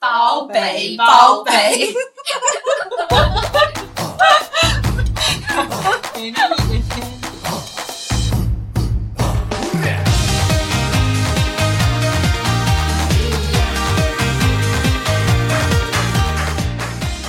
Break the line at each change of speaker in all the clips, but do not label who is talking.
包北包 北，
美丽。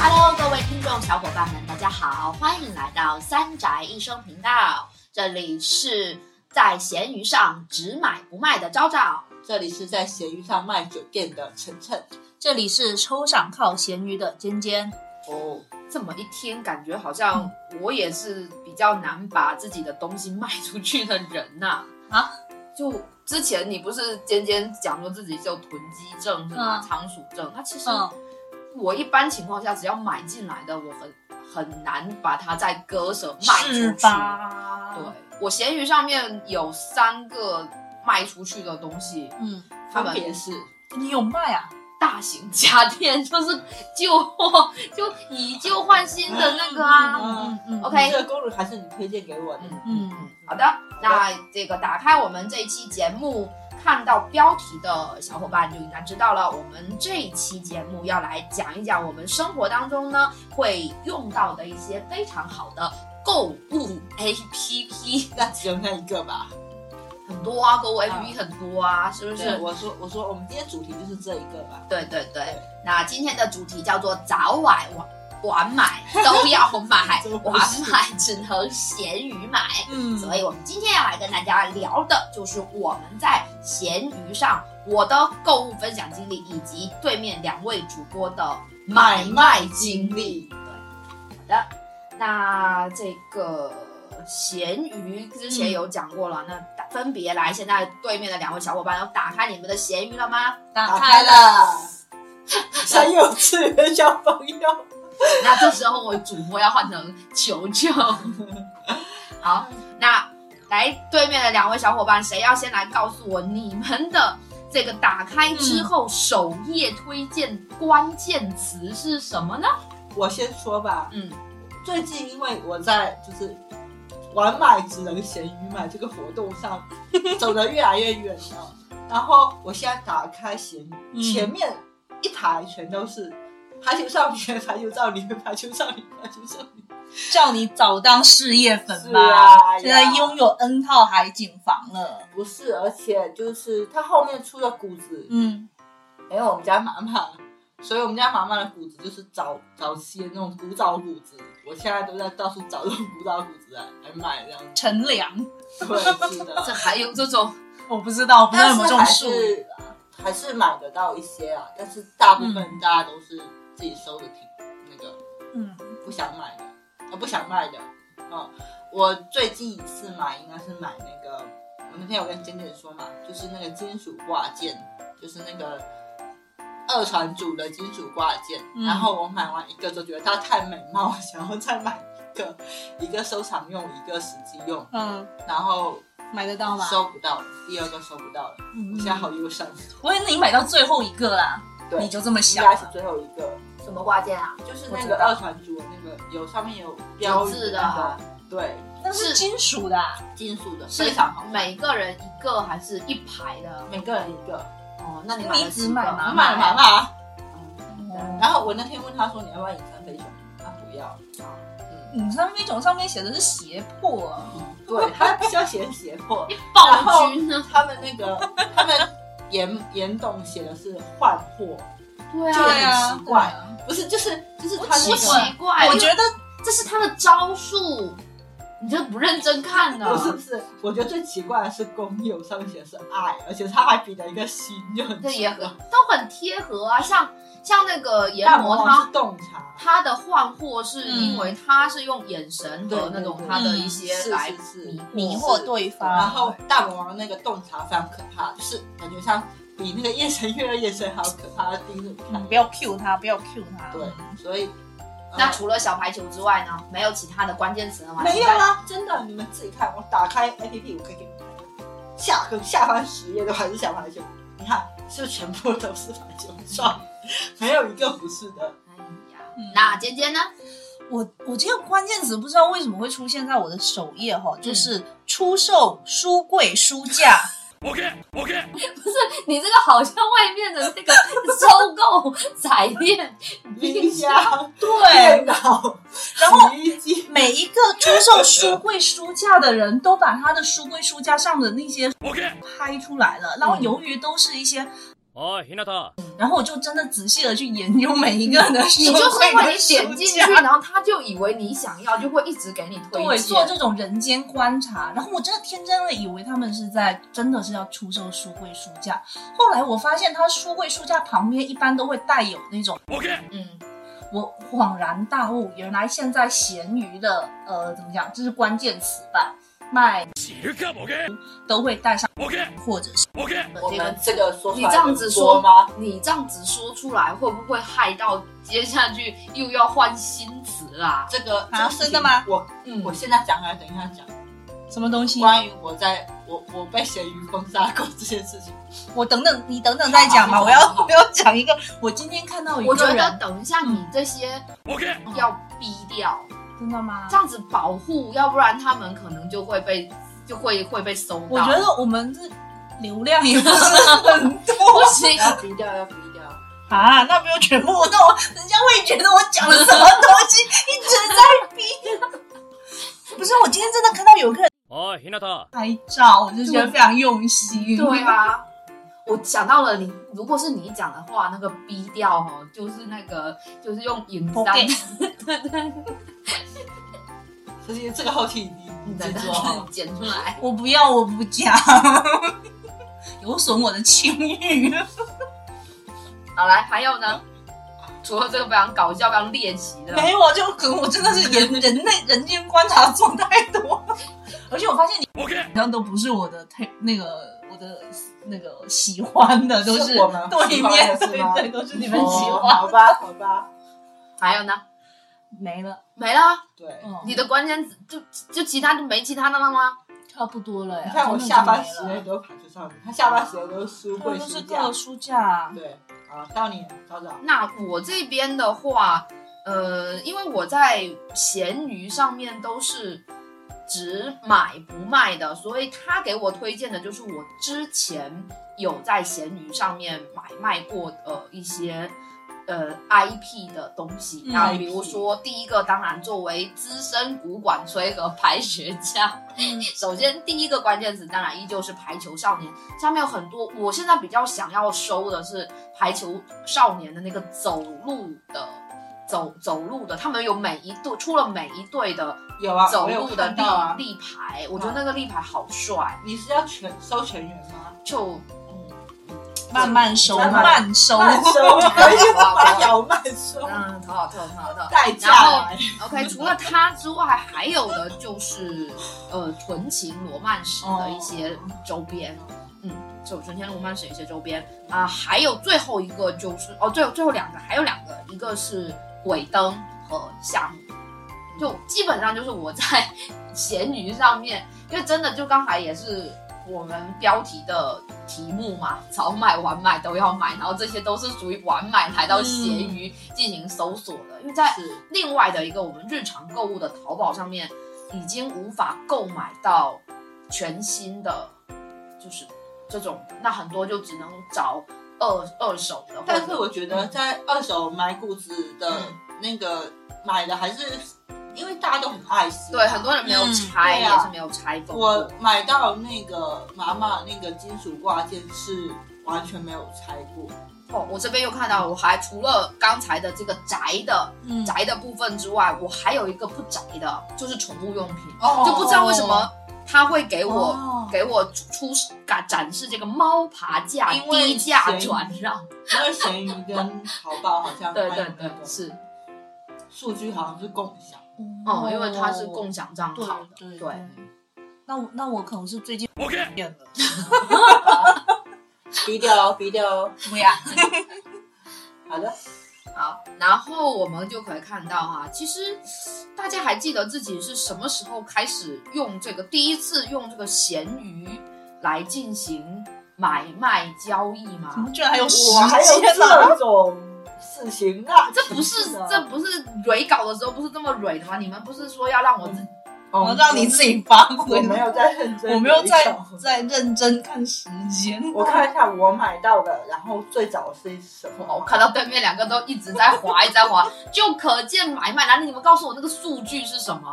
Hello，各位听众小伙伴们，大家好，欢迎来到三宅一生频道，这里是在闲鱼上只买不卖的昭昭。
这里是在闲鱼上卖酒店的晨晨。
这里是抽赏靠咸鱼的尖尖，
哦，这么一听，感觉好
嗯
像我也是比较难把自己的东西卖出去的人呐、
啊
就之前你不是尖尖讲说自己是有囤积症是吗？
嗯
仓鼠症，那其实
嗯，
我一般情况下，只要买进来的，我很很难把它再割舍卖出
是
去。
吧？
对，，我闲鱼上面有三个卖出去的东西，
嗯，
他
分
们
别是
你有卖啊？
大型家电 就是旧货，就以旧换新的那个啊。
嗯嗯嗯
OK
这个功能还是你推荐给我的。
嗯
嗯
好的，那这个打开我们这一期节目，看到标题的小伙伴就应该知道了，我们这一期节目要来讲一讲我们生活当中呢会用到的一些非常好的购物 APP，
那只有那一个吧。
很多啊，购物 APP 很多啊，是不
就是
是？
我说我说我们今天主题就是这一个吧。
对对对，那今天的主题叫做早晚晚晚买都要买
怎么，回
晚
事
买只能闲鱼买。
嗯
所以我们今天要来跟大家聊的就是我们在闲鱼上我的购物分享经历，以及对面两位主播的买卖经历。对，好的，那这个闲鱼之前有讲过了，那打分别来，现在对面的两位小伙伴要打开你们的闲鱼了吗？
打
打开
开了，
了， 像幼稚园小朋友。
那这时候我主播要换成球球。好，那来对面的两位小伙伴，谁要先来告诉我你们的这个打开之后首页推荐关键词是什么呢？
我先说吧，
嗯，
最近因为我在就是玩买只能闲鱼买这个活动上走得越来越远了，然后我现在打开闲鱼，
嗯
前面一排全都是排球少年、排球少年、排球少年、排球少年，
叫你早当事业粉
是啊
吧！现在
呀
拥有 N 套海景房了，
不是，而且就是它后面出的谷子，
嗯，
因为我们家妈妈，所以我们家妈妈的谷子就是早早期的那种古早谷子，我现在都在到处找这种古早谷子来来买这样子。
乘凉，
对，是的。
这还有这种
我不知道，不知道
但
有没
是
有这种
还
术语
是还是买得到一些啊，但是大部分大家都是自己收的挺、那个
嗯
不想买的，啊不想卖的。哦，我最近一次买应该是买那个，我那天有跟尖尖说嘛，就是那个金属挂件，就是那个二传组的金属挂件。
嗯
然后我买完一个就觉得它太美貌， 想要再买一个，一个收藏用，一个实际用，
嗯，
然后
买得到吗？
收不到，第二个收不到了。我
嗯
现在好忧伤。
我以为你买到最后一个啦，
对，
你就这么
应
想
该是
啊？
最后一个，
什么挂件啊？
就是
我
那
知
个
道
二传组的那个有上面有标
有字
志
的
那个，对，
那是
是
金属的啊，
金属的，
是
非常好买，
每个人一个还是一排的？
每个人一个。
哦，那你买了
你只
几个
买吗
我
啊
买了麻辣，
哦
然后我那天问他说你要不要隐身飞熊，他不要。嗯，
五三飞种上面写的是胁迫啊，
对他比较嫌胁迫。
暴君呢？
他们那个他们严严董写的是换货，
对
就
啊，
很奇怪
对啊
不是就是就是他
不
那
奇怪，
我觉得
这是他的招数，你这不认真看啊呢
个。不是不是，我觉得最奇怪的是公友上面写的是爱，而且他还比了一个心，就很
这
奇
也
怪
很。都很贴合啊，像像那个研
大
磨
魔
他
王是洞察，
他的换货是因为他是用眼神
对
和
对
那种
对
他的
嗯
一些
是
来
是是
迷惑对方，
然后大魔王那个洞察非常可怕，就是感觉像比那个夜神月的夜神还要可怕，盯着你
嗯
看。
不要 Q 他，不要 Q 他，
对，所以、呃
那除了小排球之外呢，没有其他的关键词了吗？
没有
现在
啦，真的，你们自己看。我打开 APP，我可以给你们看下个下方十页都还是小排球，你看是不是全部都是排球照？没有一个不是 的。
哎呀
嗯，
那尖尖呢？
我我这个关键词不知
嗯
道为什么会出现在我的首页哈，就是出售书柜书架，
你这个好像外面的 那个收购彩电
冰箱、
对
电，脑、
然后
洗衣机，
每一个出售书柜书架的人都把他的书柜书架上的那些拍出来了，然后
嗯
由于都是一些，
おい、ひなた。
然后我就真的仔细的去研究每一个人的
嗯你
书
就是因为
柜
你
的
点
书
进去，
架。
然后他就以为你想要，就会一直给你推
对，做
荐。
这种人间观察，然后我真的天真的以为他们是在真的是要出售书柜书架，后来我发现他书柜书架旁边一般都会带有那种，
嗯，
我恍然大悟，原来现在闲鱼的呃怎么讲，这是关键词吧，卖
知るかボケ。
都会带上，
ボケ、
或者是
ボケ。
我们这个说出
你
来
这样子
多
说
吗？？
你这样子说出来，会不会害到接下去又要换新词啦？
这个
啊
这个事情
真的吗
我
嗯
我现在讲来，等一下讲。
什么东西，
关于我在我我被咸鱼封杀过这件事情，
我等等你等等再讲吧，
好好好
我要我要讲一个，我今天看到一
我觉
个
得
人，
等一嗯下你这些
ボケ。
要逼掉，
真的吗
这？样子保护，要不然他们可能就会被就会会被搜
我
到
觉。 得我们这流量也 不是很多
不行，
要逼掉，要逼掉。
啊，那不就全部那我人家会觉得我讲了什么东西，一直在逼。 不是，我今天真的看到有一个人
おい、ひなた。
拍照，我就觉得非常用心。
对啊，我想到了你，如果是你讲的话，那个逼调哦，就是那个就是用隐藏，对对，
可是这个后期你你自己做哦好吗？
剪出来。
我不要，我不讲， 有损我的清誉。
好来，还有呢？除了这个非常搞笑、非常猎奇的，
没有，啊，就可能我真的是人人类人间观察做太多了，而且我发现你
ボケ。
好像都不是我的太那个我的那个喜欢的，都
是我们
对
喜欢
面
的是吗
对对，都是你们喜
哦
欢，
好吧，好吧。
还有呢？
没了。
没了，
对，
嗯，
你的关键词就就其他就没其他的了吗？
差不多了呀。
你看我
真的
下班
就
时
没
间
了，
都盘着上面，他下班时间都是书
他
柜
都
书
是
架
各。书架。
对，啊，到你了，找找。
那我这边的话，呃，因为我在闲鱼上面都是只买不卖的，所以他给我推荐的就是我之前有在闲鱼上面买卖过呃一些。呃，IP 的东西，
嗯
那比如说第一个，当然作为资深古管吹和排学家，
嗯
首先，第一个关键词当然依旧是排球少年。上面有很多，我现在比较想要收的是排球少年的那个走路的走走路的，他们有每一队出了每一队的
有啊，
走
我有
路的
看
立、
到啊。
立牌，我觉得那个立牌好帅，
你是要全收全员吗？
就
慢慢收，
慢慢
慢收。
慢 收，可以把摇慢收，
嗯，头好痛，头好 痛。
代价
然后
来。
OK，除了他之外，还有的就是呃，纯情罗曼史的一些周边，嗯，就纯情罗曼史一些周边啊、还有最后一个就是哦，最后最后两个还有两个，一个是鬼灯和夏目，就基本上就是我在 闲鱼上面，因为真的就刚才也是我们标题的题目嘛，早买晚买都要买，然后这些都是属于晚买来到闲鱼进行搜索的，因为在
是
另外的一个我们日常购物的淘宝上面，已经无法购买到全新的，就是这种，那很多就只能找二二手的。
但
或
是
者
我觉得在二手买谷子的那个买的还是，因为大家都很爱惜。
对很多人没有
嗯
拆，
对啊
也是没有拆封过。
我买到那个妈妈那个金属挂件是完全没有拆过，
哦，我这边又看到，我还除了刚才的这个宅的、
嗯
宅的部分之外，我还有一个不宅的，就是宠物用品，
哦
就不知道为什么他会给我、
哦
给我出展展示这个猫爬架
因为
低价
闲鱼
转让。
因为闲鱼跟淘宝好像
对
还有
对
那
对
个，
是，
数据好像是共享，
哦、因为它是共享账号的，
对
对。
那我那我可能是最近
ボケ。
变了，
低调哦，低调哦。
不呀，
好的，
好，然后我们就可以看到哈、其实大家还记得自己是什么时候开始用这个，第一次用这个闲鱼来进行买卖交易
怎么
吗？
居然还有时
我还有
间了？
这种事情啊，
这不是这不是蕊稿的时候不是这么蕊的吗？你们不是说要让我自
哦
我让你自己发挥。
我没有，在认真，
我没有在在认真看时间。
我看一下我买到的，然后最早是什么？
哦我看到对面两个都一直在滑，一直在滑，就可见买卖。来，你们告诉我那个数据是什么？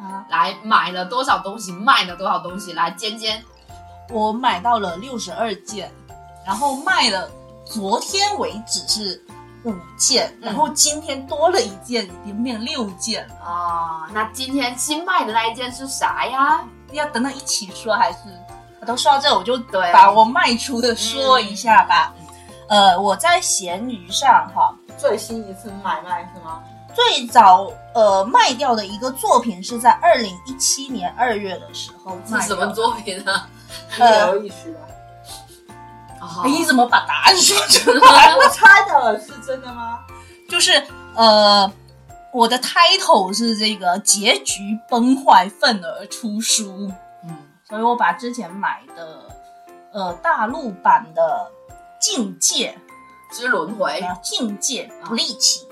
啊，
来，买了多少东西，卖了多少东西？来，尖尖，
我买到了六十二件，然后卖了，昨天为止是五件，然
嗯
后今天多了一件，已经变六件了。
哦，那今天新卖的那一件是啥呀？
要等到一起说还是？都说到这，我就
对啊
把我卖
嗯
出的说一下吧。呃，我在闲鱼上哈，
最新一次买卖是吗？
最早呃卖掉的一个作品是在二零一七年二月的时候卖
是什么
掉的
作品啊？
一而一虚吧。
哦
哎，你怎么把答案说出来？
我猜的是真的吗？
就是呃，我的 title 是这个结局崩坏，愤而出书，
嗯，
所以我把之前买的呃大陆版的《境界
之轮》回
啊，《境界》
哎
不利奇，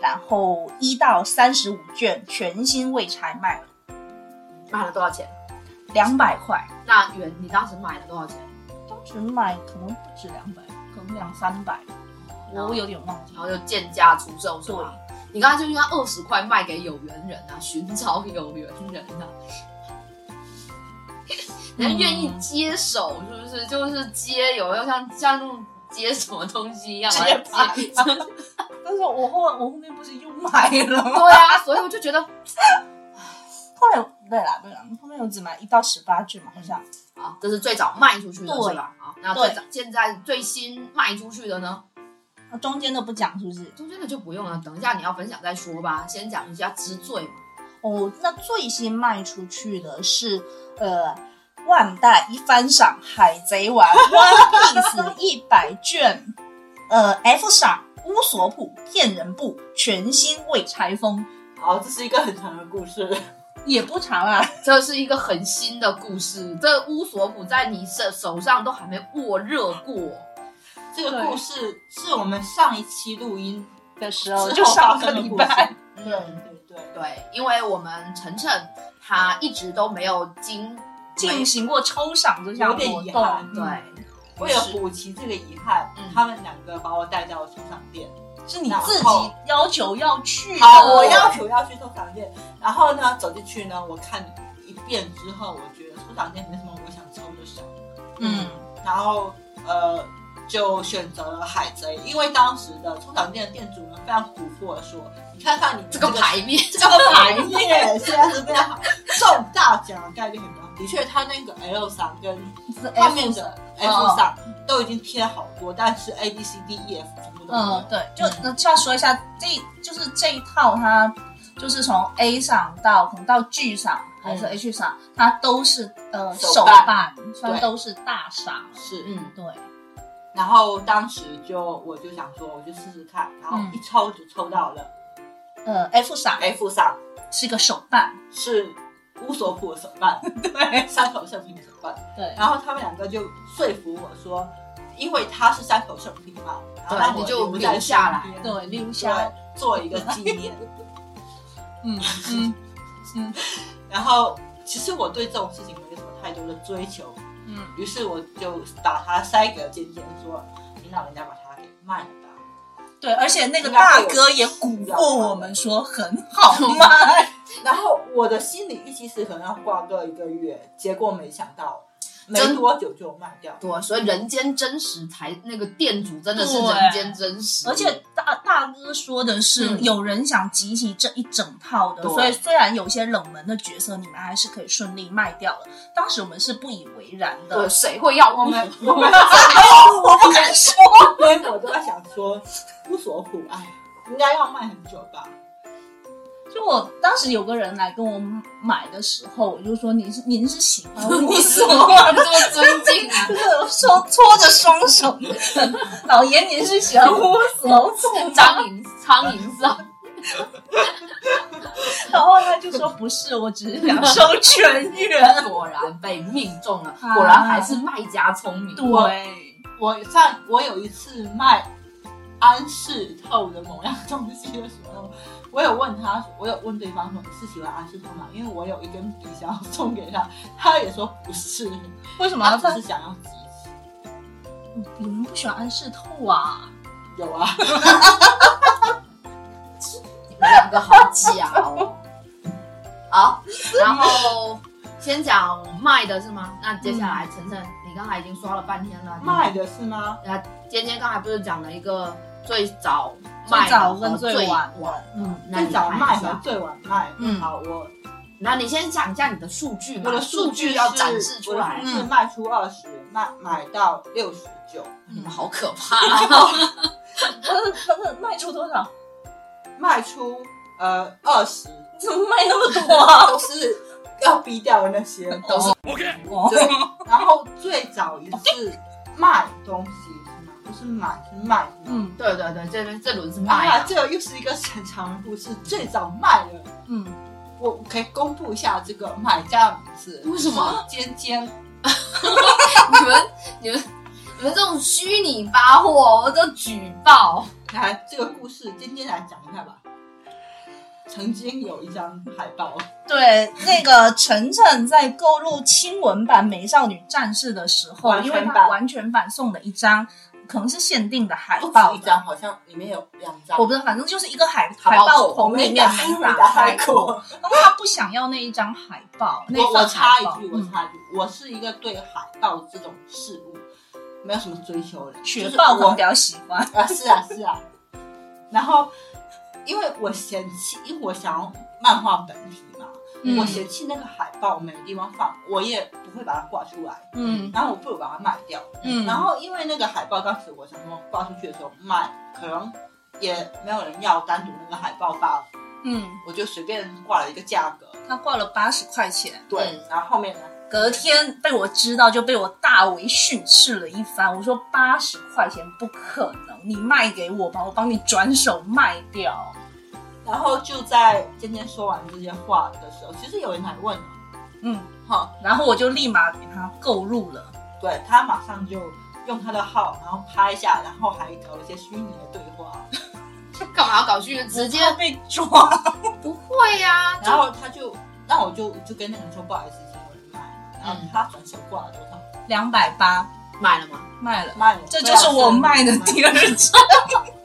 然后一到三十五卷全新未拆卖了
卖了多少钱？
两百块，
那元，你当时买了多少钱？
当时买可能不止两百，可能两三百，我有点忘记
然。后就贱价出售是
对，
吗？你刚才就应该二十块卖给有缘人啊，寻找有缘人啊。 人家愿意接手是不是？就是接有没有像像那种接什么东西一样
接
来接？
但是我后我后面不是又买了吗？
对啊，所以我就觉得
后来对啦对啦，后面我只买一到十八卷嘛，好像。
啊，这是最早卖出去的
对
是吧？啊，那最早现在最新卖出去的呢？
那中间的不讲是不是？
中间的就不用了，等一下你要分享再说吧。先讲一下知罪嘛，
哦，那最新卖出去的是呃万代一番赏《海贼王》One Piece 一百卷，呃 F 赏乌索普骗人部全新未拆封，
好，这是一个很长的故事。
也不长啊。
这是一个很新的故事，这乌索普在你手手上都还没过热过。
这个故事是我们上一期录音
的时
之后
候 就上
发
个
生的
礼
故
拜
事。。对对对，
对，因为我们晨晨他一直都没有经
进行过抽赏这项
有点
活
遗
动
憾，
对，
为了补齐这个遗憾，
嗯
他们两个把我带到收藏店。
是你自
然后
己要求要去的。
好，我要求要去收藏店。然后呢，走进去呢，我看一遍之后，我觉得收藏店没什么我想抽的手，
嗯，
然后呃，就选择了海贼，因为当时的收藏店的店主呢非常蛊惑我说，你看看你
这个牌面，
这个牌面现在是非常中大奖的概率很高。的确，他那个 L 赏跟
是
上
F
面嗯的 F 赏都已经贴了好多，但是 A B C D E F 全部都没有
嗯，对，就那就要说一下，这就是这一套它就是从 A 赏到可能到 G 赏还是 H 赏，它都是呃
嗯手
手
办
办，算
对
都是大赏。
是。
嗯，
对，
然后当时就我就想说，我就试试看，然后一抽就抽到了
呃，F 赏
F 赏，
是个手办，
是乌索普的手办，对，山口胜平的手办。
对，
然后他们两个就说服我说，因为他是山口胜平嘛，然后
对
让
你
我
就
留在
留下
身
来
边
对留下来
嗯对做一个纪 念。
嗯嗯嗯
然后其实我对这种事情没有什么太多的追求，
嗯，
于是我就把它塞给了尖尖，说你老人家把它给卖了吧。
对，而且那个大哥也蛊惑我们说很好卖，
然后我的心理预期是可能要挂个一个月，结果没想到没
真
多久就卖掉。
对，所以人间真实才那个店主真的是
对
人间真实，
而且大大哥说的是
嗯
有人想集齐这一整套的，
对
所以虽然有些冷门的角色你们还是可以顺利卖掉的，当时我们是不以为然的，
对谁会要
我
我
们
们？
我们
我不敢说。
因为我都在想说，乌索普，哎，应该要卖很久吧？
就我当时有个人来跟我买的时候，我就说您是您是喜欢我 是吗？
这么尊敬啊
就！是说搓着双手，老爷您是喜欢我所处 吗？
苍蝇，苍蝇上。
然后他就说不是，我只是想收 全员。
果然被命中了，
啊
果然还是卖家聪明。
对，
我上我有一次卖安室透的某样东西的时候，我有问他，我有问对方说你是喜欢安室透吗？因为我有一根笔想要送给他，他也说不 是，
为什
他
么
只
他
是想要集齐。
有人不喜欢安室透啊？
有啊，
你们两个好假哦。好，然后先讲卖的是吗？那接下来晨晨，你刚才已经刷了半天了，你
卖的是吗？
尖尖刚才不是讲了一个最早卖的
最早跟
和
最晚
晚
的，嗯
那
最
你
早
看一
卖和
下，
最晚卖。
嗯
好，我
那你先讲一下你的数据嘛，
我的
数
据
要
是
展示出
我
来
的。数
嗯
据是卖出二十，卖买到六十九，
你
嗯
们好可怕、啊！
不是不是卖出多少？
卖出呃二 十，
怎么卖那么多 啊？
都是要逼掉的那些，都是
OK
对。然后最早一次卖东西是吗？不是买，是卖。嗯。
嗯
对对对，这边这轮是卖
啊，
啊，
这又是一个很长的故事。最早卖了，
嗯，
我可以公布一下这个买家的名字。
为什么？
尖尖
你们你们你们这种虚拟发货，我都举报。
来，哎这个故事今天来讲一下吧。曾经有一张海报，
对，那个晨晨在购入亲文版《美少女战士》的时候，
完
因
全
为
版
他完全版送了一张，可能是限定的海
不止
报
一，张，好像里面有两张。
我不知道，反正就是一个海
海
海
报
报
孔
孔里面没
没
打
打
开
开
过，
过。
然后他不想要那一张海报，那
我我
份
插
海
一
报
句，我
嗯
插一句，我是一个对海报这种事物没有什么追求的人，
雪
就是
豹可能
我
比较喜欢，
啊，是啊，是啊。然后，因为我嫌弃，因为我想要漫画本体嘛，
嗯
我嫌弃那个海报没地方放，我也不会把它挂出来。
嗯
然后我不如把它卖掉。
嗯
然后因为那个海报，当时我想说挂出去的时候卖，可能也没有人要单独那个海报吧，
嗯，
我就随便挂了一个价格。
他挂了八十块钱，
对，
嗯
然后后面呢，
隔天被我知道就被我大为训斥了一番，我说八十块钱不可能，你卖给我吧，我帮你转手卖掉。
然后就在今天说完这些话的时候，其实有人来问了，啊
嗯，
哈，
然后我就立马给他购入了。
对他马上就用他的号，然后拍一下，然后还搞一些虚拟的对 话，
干嘛要搞虚？直接
他被抓，
不会呀、
然后他就，那我就就跟那个人说不好意思，今天有人卖，
嗯
然后他转手挂了多少，
两百八
买了吗？
卖了，
卖了，啊
这就是我卖的 第二件，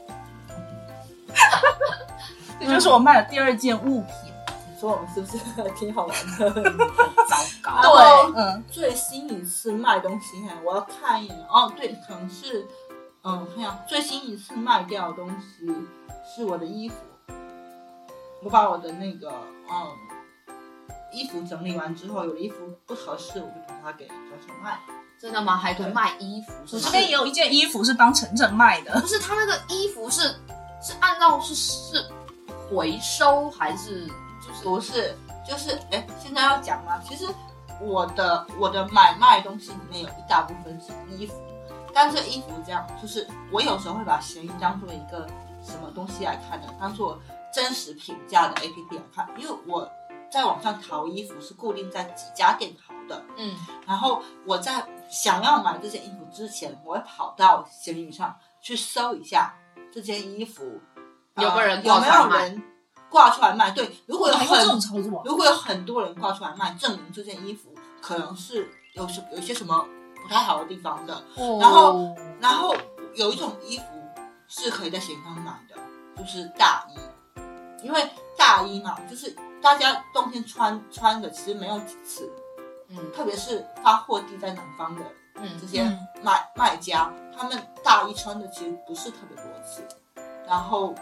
这就是我卖的第二件物品。
你说我们是不是 挺好玩的？
糟糕！
然后
对，嗯，
最新一次卖东西呢，我要看一眼哦，对，可能是，嗯，看一下最新一次卖掉的东西是我的衣服，我把我的那个嗯衣服整理完之后，有的衣服不合适，我就把它给转手卖。
真的吗？还可以卖衣服？
我
是
这
吗
边也有一件衣服是帮晨晨卖的，
不是他那个衣服是是按照是是回收还是就是
不是，就是哎，现在要讲吗？其实我的我的买卖东西里面有一大部分是衣服，但这衣服这样，就是我有时候会把闲鱼当做一个什么东西来看的，当做真实评价的 APP 来看，因为我在网上淘衣服是固定在几家店淘的，
嗯
然后我在想要买这件衣服之前，我会跑到闲鱼上去搜一下这件衣服，呃
有没有人
有
挂
没
出来
有
卖
人挂出来卖？对，如果有
还有这种
很
操作，
如果有很多人挂出来卖，证明这件衣服可能是有什有些什么不太好的地方的。
哦
然后然后有一种衣服是可以在闲鱼上买的，就是大衣，因为大衣嘛，就是大家冬天穿穿的其实没有几次，
嗯
特别是发货地在南方的这
嗯，
些卖、卖家，他们大衣穿的其实不是特别多次，然后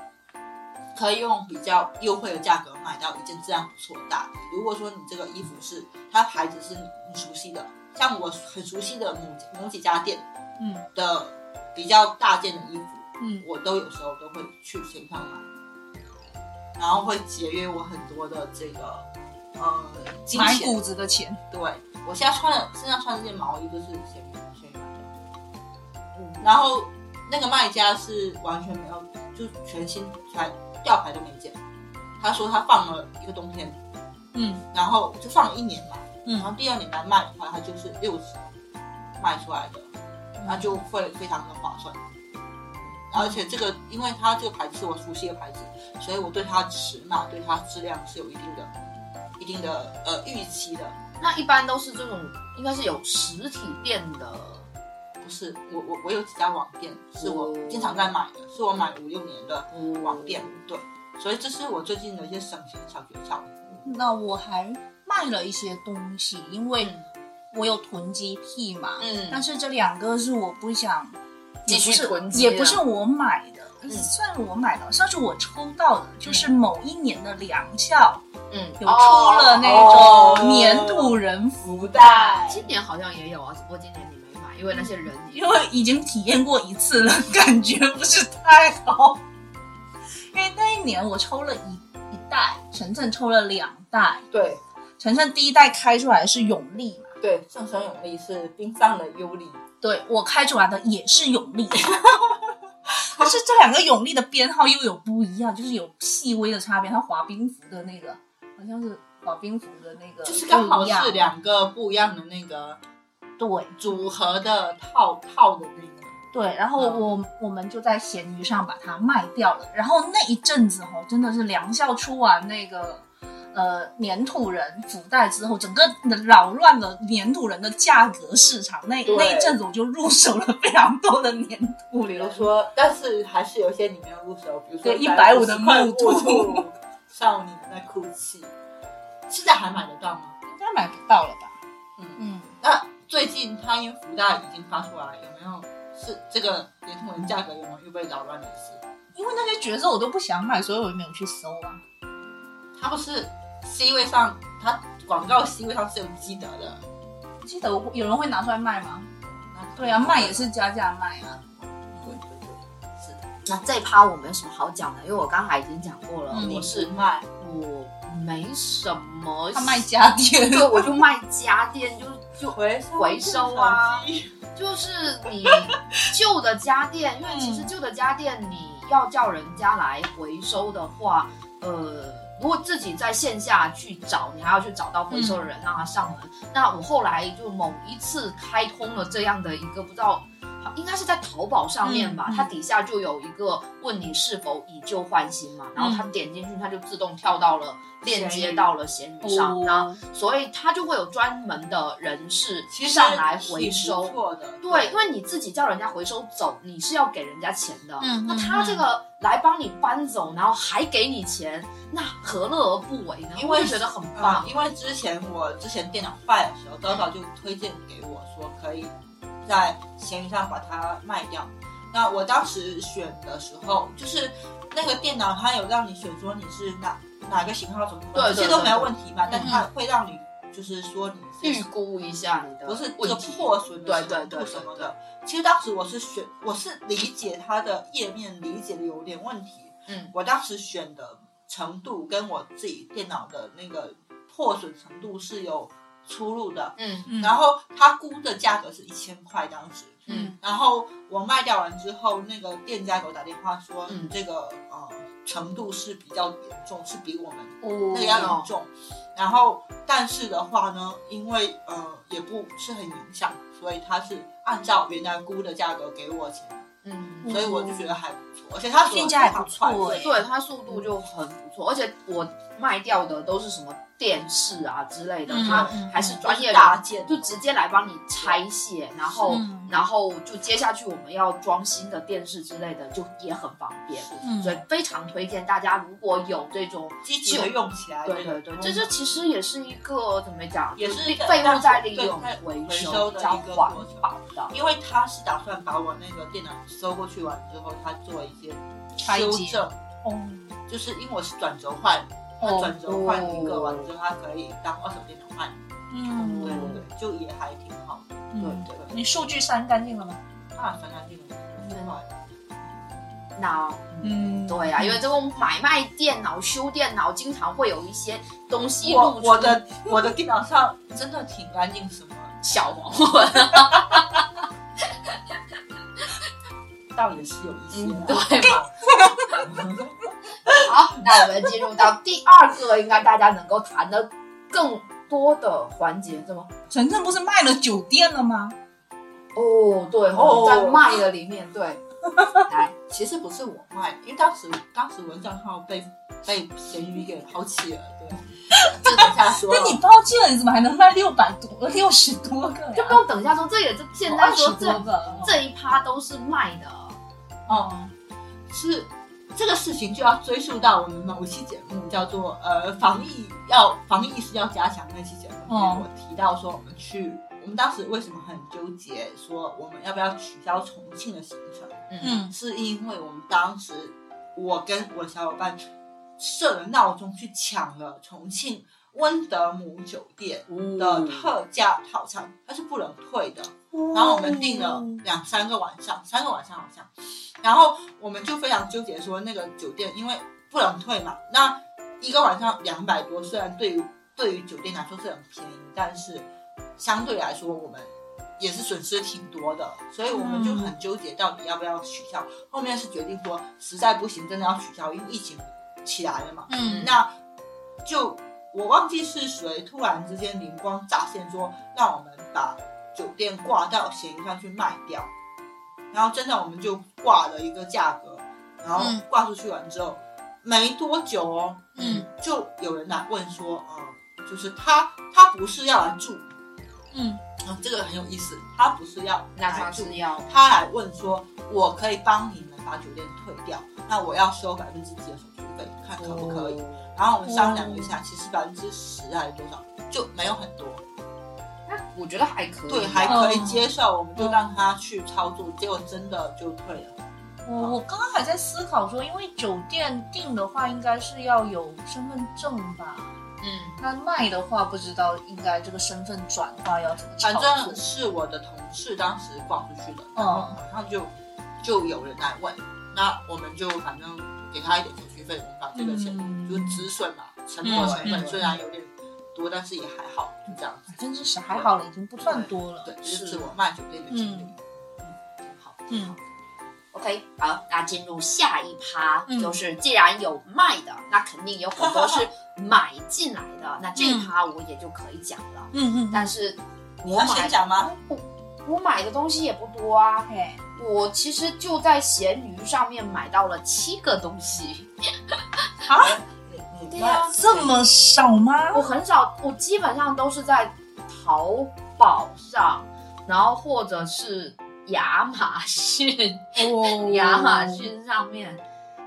可以用比较优惠的价格买到一件质量不错的大衣。如果说你这个衣服是它牌子是你你熟悉的，像我很熟悉的某某几家店
嗯
的比较大件的衣服，
嗯
我都有时候都会去线上买，然后会节约我很多的这个呃金
买
钱。
谷子的钱，
对，我现在穿的身上穿的这件毛衣就是闲鱼闲鱼买的，嗯，然后那个卖家是完全没有，就全新才吊牌都没剪。他说他放了一个冬天，
嗯
然后就放了一年嘛，然
嗯
后第二年来卖的话，它就是六十卖出来的，那就会非常的划算。而且这个因为它这个牌子是我熟悉的牌子，所以我对它尺码、对它质量是有一定的、一定的呃预期的。
那一般都是这种，应该是有实体店的，
不是我我我有几家网店是我经常在买的，是我买五六年的
嗯
网店，对，所以这是我最近的一些省钱小诀窍。
那我还卖了一些东西，因为我有囤积癖嘛。
嗯
但是这两个是我不想
继续
也不是
囤积
也
啊
不是我买的，算是我买的，算是我抽到的，就是某一年的粮校
嗯，
有出了那种粘土人福袋，
今年好像也有啊，只不过今年你没买，因为那些人
因为已经体验过一次了，感觉不是太好。因为那一年我抽了一一袋，晨晨抽了两袋，
对
晨晨第一袋开出来是永利嘛，
对，上升永利是冰上的幽灵，
对我开出来的也是永利， 但是这两个永利的编号又有不一样，就是有细微的差别。它滑冰服的那个好像是滑冰服的那个
就是刚好
不一样
是两个不一样的那个
对
组合的套套的那个。
对，然后
嗯
我、我们就在闲鱼上把它卖掉了。然后那一阵子哦，真的是良校出完那个呃粘土人福袋之后，整个扰乱了粘土人的价格市场。那
对
那一阵子我就入手了非常多的粘土
比
人
如，说，但是还是有一些你没有入手，比如说
对150的
块
木
兔
兔
少女的哭泣，现在还买得到吗？
应该买不到了吧？
嗯
嗯，
那最近它因为福袋已经发出来，有没有是这个联通文价格有没有又被扰乱的事？
因为那些角色我都不想买，所以我也没有去搜啊。
它不是 C 位上，它广告 C 位上是有积德的，
记得我有人会拿出来卖吗？
那
对啊，卖也是加价卖啊。
对对对，是的，
那这一趴我没什么好讲的，因为我刚才已经讲过了，
嗯
我
我
是
是卖，
我没什么，
他卖家电，
对，我就卖家电，就就
回收
回收啊
手机
就是你旧的家电，因为其实旧的家电你要叫人家来回收的话，呃，如果自己在线下去找，你还要去找到回收的人让他上门。那我后来就某一次开通了这样的一个不知道。应该是在淘宝上面吧，
嗯嗯
它底下就有一个问你是否以旧换新嘛，然后他点进去，它就自动跳到了链接
闲嗯鱼
到了闲鱼上，
哦
然后所以它就会有专门的人士
其实
上来回
挺
收
不。错的，
对，因为你自己叫人家回收走，你是要给人家钱的。
嗯
那他这个来帮你搬走，然后还给你钱，那何乐而不为呢？
因为
我就觉得很
啊，
棒。
因为之前我之前电脑坏的时候，早早就推荐给我说可以在闲鱼上把它卖掉。那我当时选的时候，就是那个电脑它有让你选说你是哪哪个型号怎么分，
对对嗯
这些都没有问题嘛
对，
但它会让你就是说你
预
是
估一下你的
不是这
问
个
题
破损
对
的程
对
度
对对
什么的。其实当时我是选，我是理解它的页面理解的有点问题。
嗯，
我当时选的程度跟我自己电脑的那个破损程度是有出入的。
嗯
嗯
然后它估的价格是一千块，当时。
嗯
然后我卖掉完之后，那个店家给我打电话说，
嗯
你这个呃程度是比较严重，是比我们
哦
那个要严重。然后，但是的话呢，因为呃也不是很影响，所以他是按照原来估的价格给我钱，
嗯，
嗯
所以我就觉得还不错，而且他
定价还不错欸
对，它速度就很不错，而且我卖掉的都是什么电视啊之类的，
嗯
它
嗯
还是专业人
搭建
就直接来帮你拆卸，然后、
嗯
然后就接下去我们要装新的电视之类的，就也很方便，
嗯
所以非常推荐大家，如果有这种
积极的用起来。
对对对，这这其实也是一个怎么讲，
也
就是
一个
废物再利
对
用、
再
回
回
收
收
比
的
较
一个
环
过程
保的。
因为他是打算把我那个电脑收过去完之后，他做一些
拆解
修正，
哦
就是因为我是转轴换，他
哦
转轴换一个完之后，他可以当二手电脑卖，
嗯
对对对，就也还挺好的。
对
嗯
对对，
你数据删干净了吗？
啊，翻干净了，真好。
那
嗯
对啊，因为这种买卖电脑、修电脑，经常会有一些东西
我
露出
我的我的电脑上真的挺干净，什么
小黄混。
倒也是有一些啊
嗯，
啦、
对 吧？好，那我们进入到第二个，应该大家能够谈的更多的环节，是吗？
晨晨不是卖了酒店了吗？
哦，对，
哦
在卖的里面，对，来，
其实不是我卖，因为当时当时我的账号被被咸鱼给抛弃了， 对吧？这等一下说
那
了。
你抛弃了，你怎么还能卖六百多、 六十多个
就
呀？
不用等一下说，这也是现在说
20
这
多个了
这一趴都是卖的，
嗯
哦，是这个事情就要追溯到我们某期节目，叫做呃防疫要防疫是要加强那期节目，
哦
我提到说我们去，我们当时为什么很纠结，说我们要不要取消重庆的行程，
嗯
是因为我们当时我跟我小伙伴设了闹钟去抢了重庆温德姆酒店的特价套餐，它是不能退的。然后我们订了两三个晚上，三个晚上好像，然后我们就非常纠结说那个酒店因为不能退嘛，那一个晚上两百多，虽然对于对于酒店来说是很便宜，但是相对来说我们也是损失挺多的，所以我们就很纠结到底要不要取消。后面是决定说实在不行真的要取消，因为疫情起来了嘛，
嗯
那就我忘记是谁突然之间灵光乍现说，让我们把酒店挂到闲鱼上去卖掉。然后真的我们就挂了一个价格，然后
嗯
挂出去完之后，没多久哦，
嗯，
就有人来问说，呃，就是他他不是要来住，
嗯
啊，这个很有意思，他不是要
那他
来住，
是要
他来问说，我可以帮你们把酒店退掉，那我要收百分之几的手续费，看可不可以？然后我们商量了一下，其实百分之十还是多少，就没有很多，
那我觉得还可以，啊
对，还可以接受，我们就让他去操作，结果真的就退了。
我我刚刚还在思考说，因为酒店订的话，应该是要有身份证吧？
嗯，
那卖的话，不知道应该这个身份转化要怎么操
反
作？嗯
正是我的同事当时挂出去的，然后马上就就有人来问，那我们就反正给他一点手续费，我们把这个钱
嗯
就是止损嘛，沉没成
嗯
本虽然有点多，但是也还好，就这样子。
百分之十还好了，已经不算多了。
对，这是我卖酒店的经历。
好。
嗯
OK，好，那进入下一趴，
嗯
就是既然有卖的，那肯定有很多 是买进来的，那这一趴我也就可以讲了。
嗯嗯
但是
嗯你
我
要先
买
讲吗？
我我买的东西也不多啊，
，OK，
我其实就在闲鱼上面买到了七个东西，
你
对
卖
呀
这么少吗？
我很少，我基本上都是在淘宝上，然后或者是亚马逊。
哦
亚马逊上面。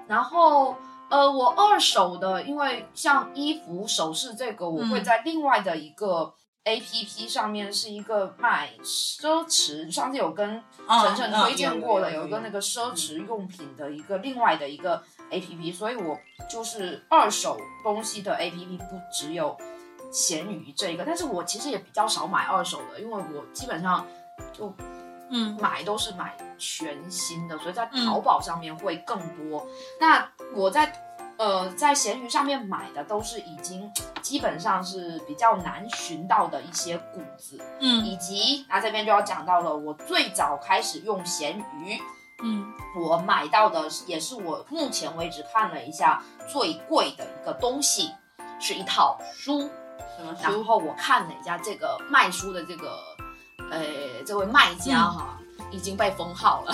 然后呃，我二手的，因为像衣服、首饰这个，我会
嗯
在另外的一个 A P P 上面是一个卖奢侈，上次有跟
嗯
晨晨推荐过哦嗯的，有嗯一个那
个
个奢侈用品的一个另外的一个 A P P，所以我就是二手东西的 A P P 不只有闲鱼这一个，但是我其实也比较少买二手的，因为我基本上就
嗯
买都是买全新的，所以在淘宝上面会更多。那我在呃在闲鱼上面买的都是已经基本上是比较难寻到的一些谷子，
嗯
以及那这边就要讲到了我最早开始用闲鱼。
嗯
我买到的也是我目前为止看了一下最贵的一个东西，是一套书。
什么
然
书？
后我看了一下这个卖书的这个，呃，这位卖家哈、已经被封号了，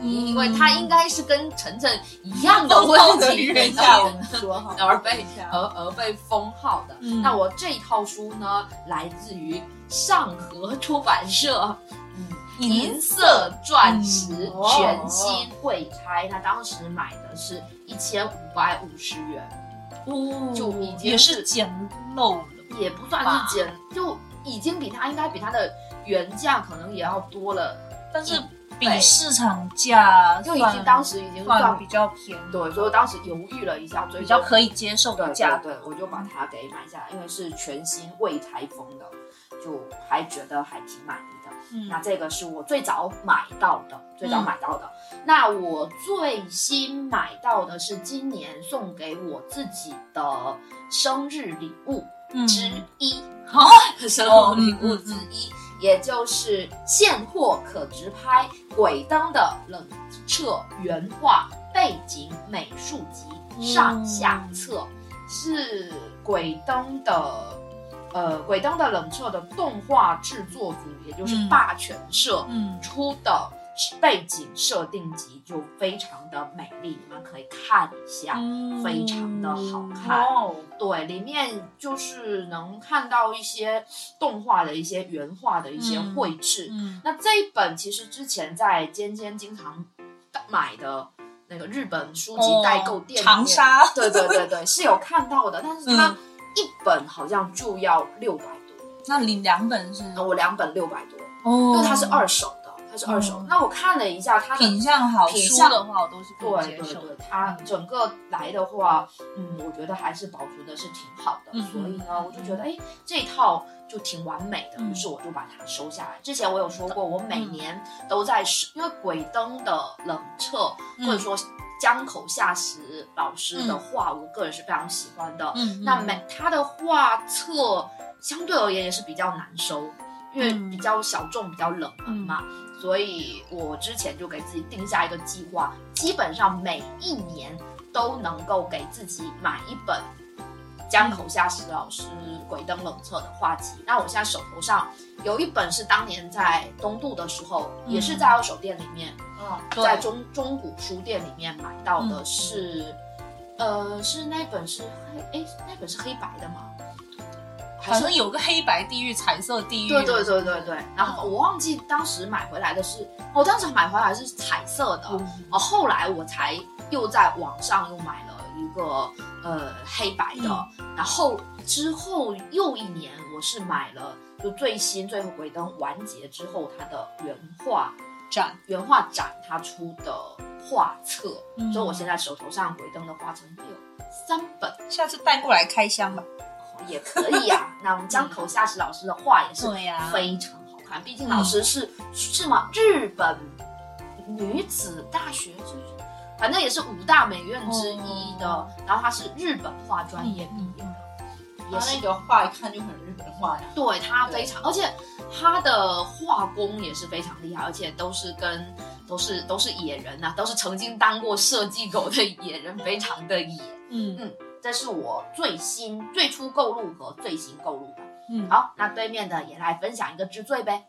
因为他应该是跟晨晨一样的问题
原
然
下
后
我们说哈，
而被而而被封号的。
嗯
那我这一套书呢，来自于上合出版社嗯《银色钻石
哦
全新会拆》，他当时买的是一千五百五十元。
哦
就已经
也是简陋了。
也不算
吧
是减，就已经比它应该比它的原价可能也要多了，
但是比
对
市场价
就已
算
经当时已经
算
算
比较便宜，
对，所以我当时犹豫了一下，最
比较
终
可以接受的
对
价
对
格。
对，我就把它给买下来，因为是全新未拆封的，就还觉得还挺满意的。那
嗯
这个是我最早买到的，最早买到的。那我最新买到的是今年送给我自己的生日礼物。
嗯嗯
之一，
哦
生活礼物之一，也就是现货可直拍鬼灯的冷彻原画背景美术集上下册，是鬼灯的。呃，鬼灯的冷彻的动画制作组，也就是
嗯
霸权社
嗯
出的背景设定集就非常的美丽，你们可以看一下。非常的好
嗯
看
哦，
对，里面就是能看到一些动画的一些原画的一些
嗯
绘制。
嗯，
那这一本其实之前在尖尖经常买的那个日本书籍代购店里面，
哦长沙，嗯
对对对对，是有看到的，但是它一本好像就要六百多，
那领两本是
那我两本六百多，
哦
因为它是二手的，它是二手。
嗯
那我看了一下它的
品相好
品
书
相
的话，我都是可以
对
接
对
受的
对，。它整个来的话，嗯，我觉得还是保存的是挺好的，
嗯
所以呢，我就觉得哎，这一套就挺完美的，
嗯
于是我就把它收下来。之前我有说过，我每年都在试，因为鬼灯的冷彻、
嗯
或者说江口夏实老师的画，我个人是非常喜欢的。
嗯，
那
嗯
每他的画册相对而言也是比较难收，因为
嗯
比较小众、比较冷门嘛，所以我之前就给自己定下一个计划，基本上每一年都能够给自己买一本江口夏实老师《鬼灯冷彻》的画集。那我现在手头上有一本是当年在东渡的时候，
嗯
也是在二手店里面
嗯，
对
在中中古书店里面买到的是，呃，是那本是黑，哎，那本是黑白的吗？还
反
是
正有个黑白地狱、彩色地狱，
对对对对对，然后我忘记当时买回来的是，我当时买回来是彩色的，
嗯
哦，后来我才又在网上又买了一个呃黑白的，然后之后又一年我是买了就最新《最后鬼灯》完结之后它的原画，
展，
原画展他出的画册，
嗯
所以我现在手头上鬼灯的画册应该有三本，
下次带过来开箱吧。
哦也可以 啊。那我们江口夏实老师的画也是
嗯对啊呀
非常好看，毕竟老师是、是吗？日本女子大学是。反正也是五大美院之一的，
哦嗯
然后她是日本画专业毕业的，
他
也是
那个画一看就很日本画呀，
对他非常，而且他的画工也是非常厉害，而且都是跟都是都是野人呐、都是曾经当过设计狗的野人，非常的野。
嗯
这是我最新最初购入和最新购入的。
嗯，
好，那对面的也来分享一个之最呗。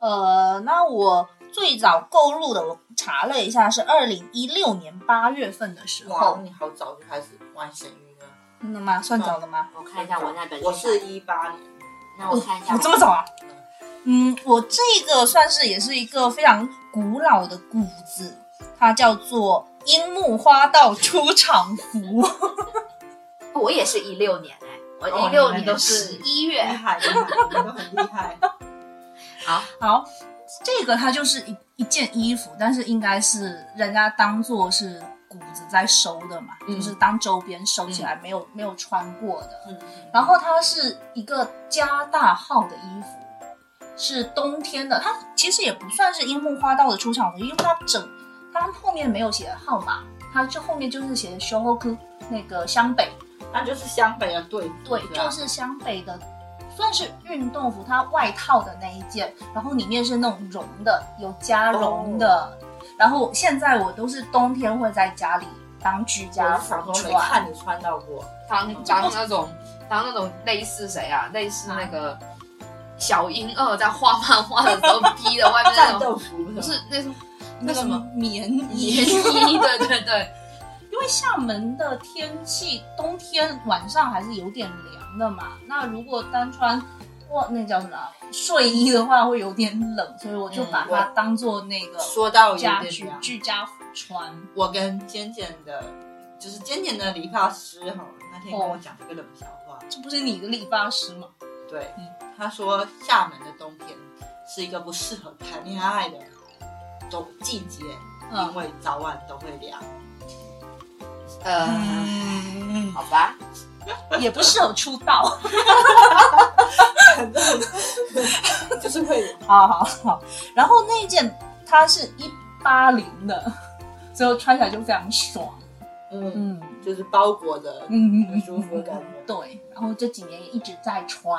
呃，那我最早购入的，我查了一下，是二零一六年八月份的时
哇，哦
候，
你好早就开始玩咸鱼了，
真的吗？算早的吗？
我看一下我那本，
我是一八年，
那我看一下
我这么早啊？嗯，我这个算是也是一个非常古老的古字，它叫做樱木花道出场符。
我也是一六年哎、我
哦
一六
你
年
们
都嗯
也是
十一
厉
月，
害，厉害，你都很厉 害，
好，这个它就是一一件衣服，但是应该是人家当做是谷子在收的嘛，
嗯
就是当周边收起来，没有没有穿过的。
嗯，
然后它是一个加大号的衣服，是冬天的。它其实也不算是樱木花道的出场服，因为它整它后面没有写号码，它就后面就是写 s h o h o k u 那个湘北。
那就是湘北的队服，
对，
吧
就是湘北的，算是运动服，它外套的那一件，然后里面是那种绒的，有加绒的。然后现在我都是冬天会在家里当居家
我
服
小时候没
穿。
看你穿到过，
当当那种当那种类似谁啊，类似那个小婴儿在画漫画的 时候披的外面那
战
种，
斗服
哎不是那种那
那
什么
棉
棉
衣，
衣，对对对，
因为厦门的天气冬天晚上还是有点凉的嘛。那如果单穿哇那叫什么啊睡衣的话，会有点冷，所以我就
嗯
把
我
它当做那个
说到有
家
点
居
凉
居家服穿。
我跟尖尖的，就是尖尖的理发师哈，那天跟我讲这个冷笑话，
这不是你的理发师吗？
对
嗯，
他说厦门的冬天是一个不适合谈恋爱的冬季节，
嗯
因为早晚都会凉。
呃，
嗯
好吧，
也不适合出道。
就是会
好好好，然后那件它是一八零的，所以我穿起来就非常爽。
嗯，
嗯
就是包裹着
嗯
很舒服的感觉。
对，然后这几年也一直在穿。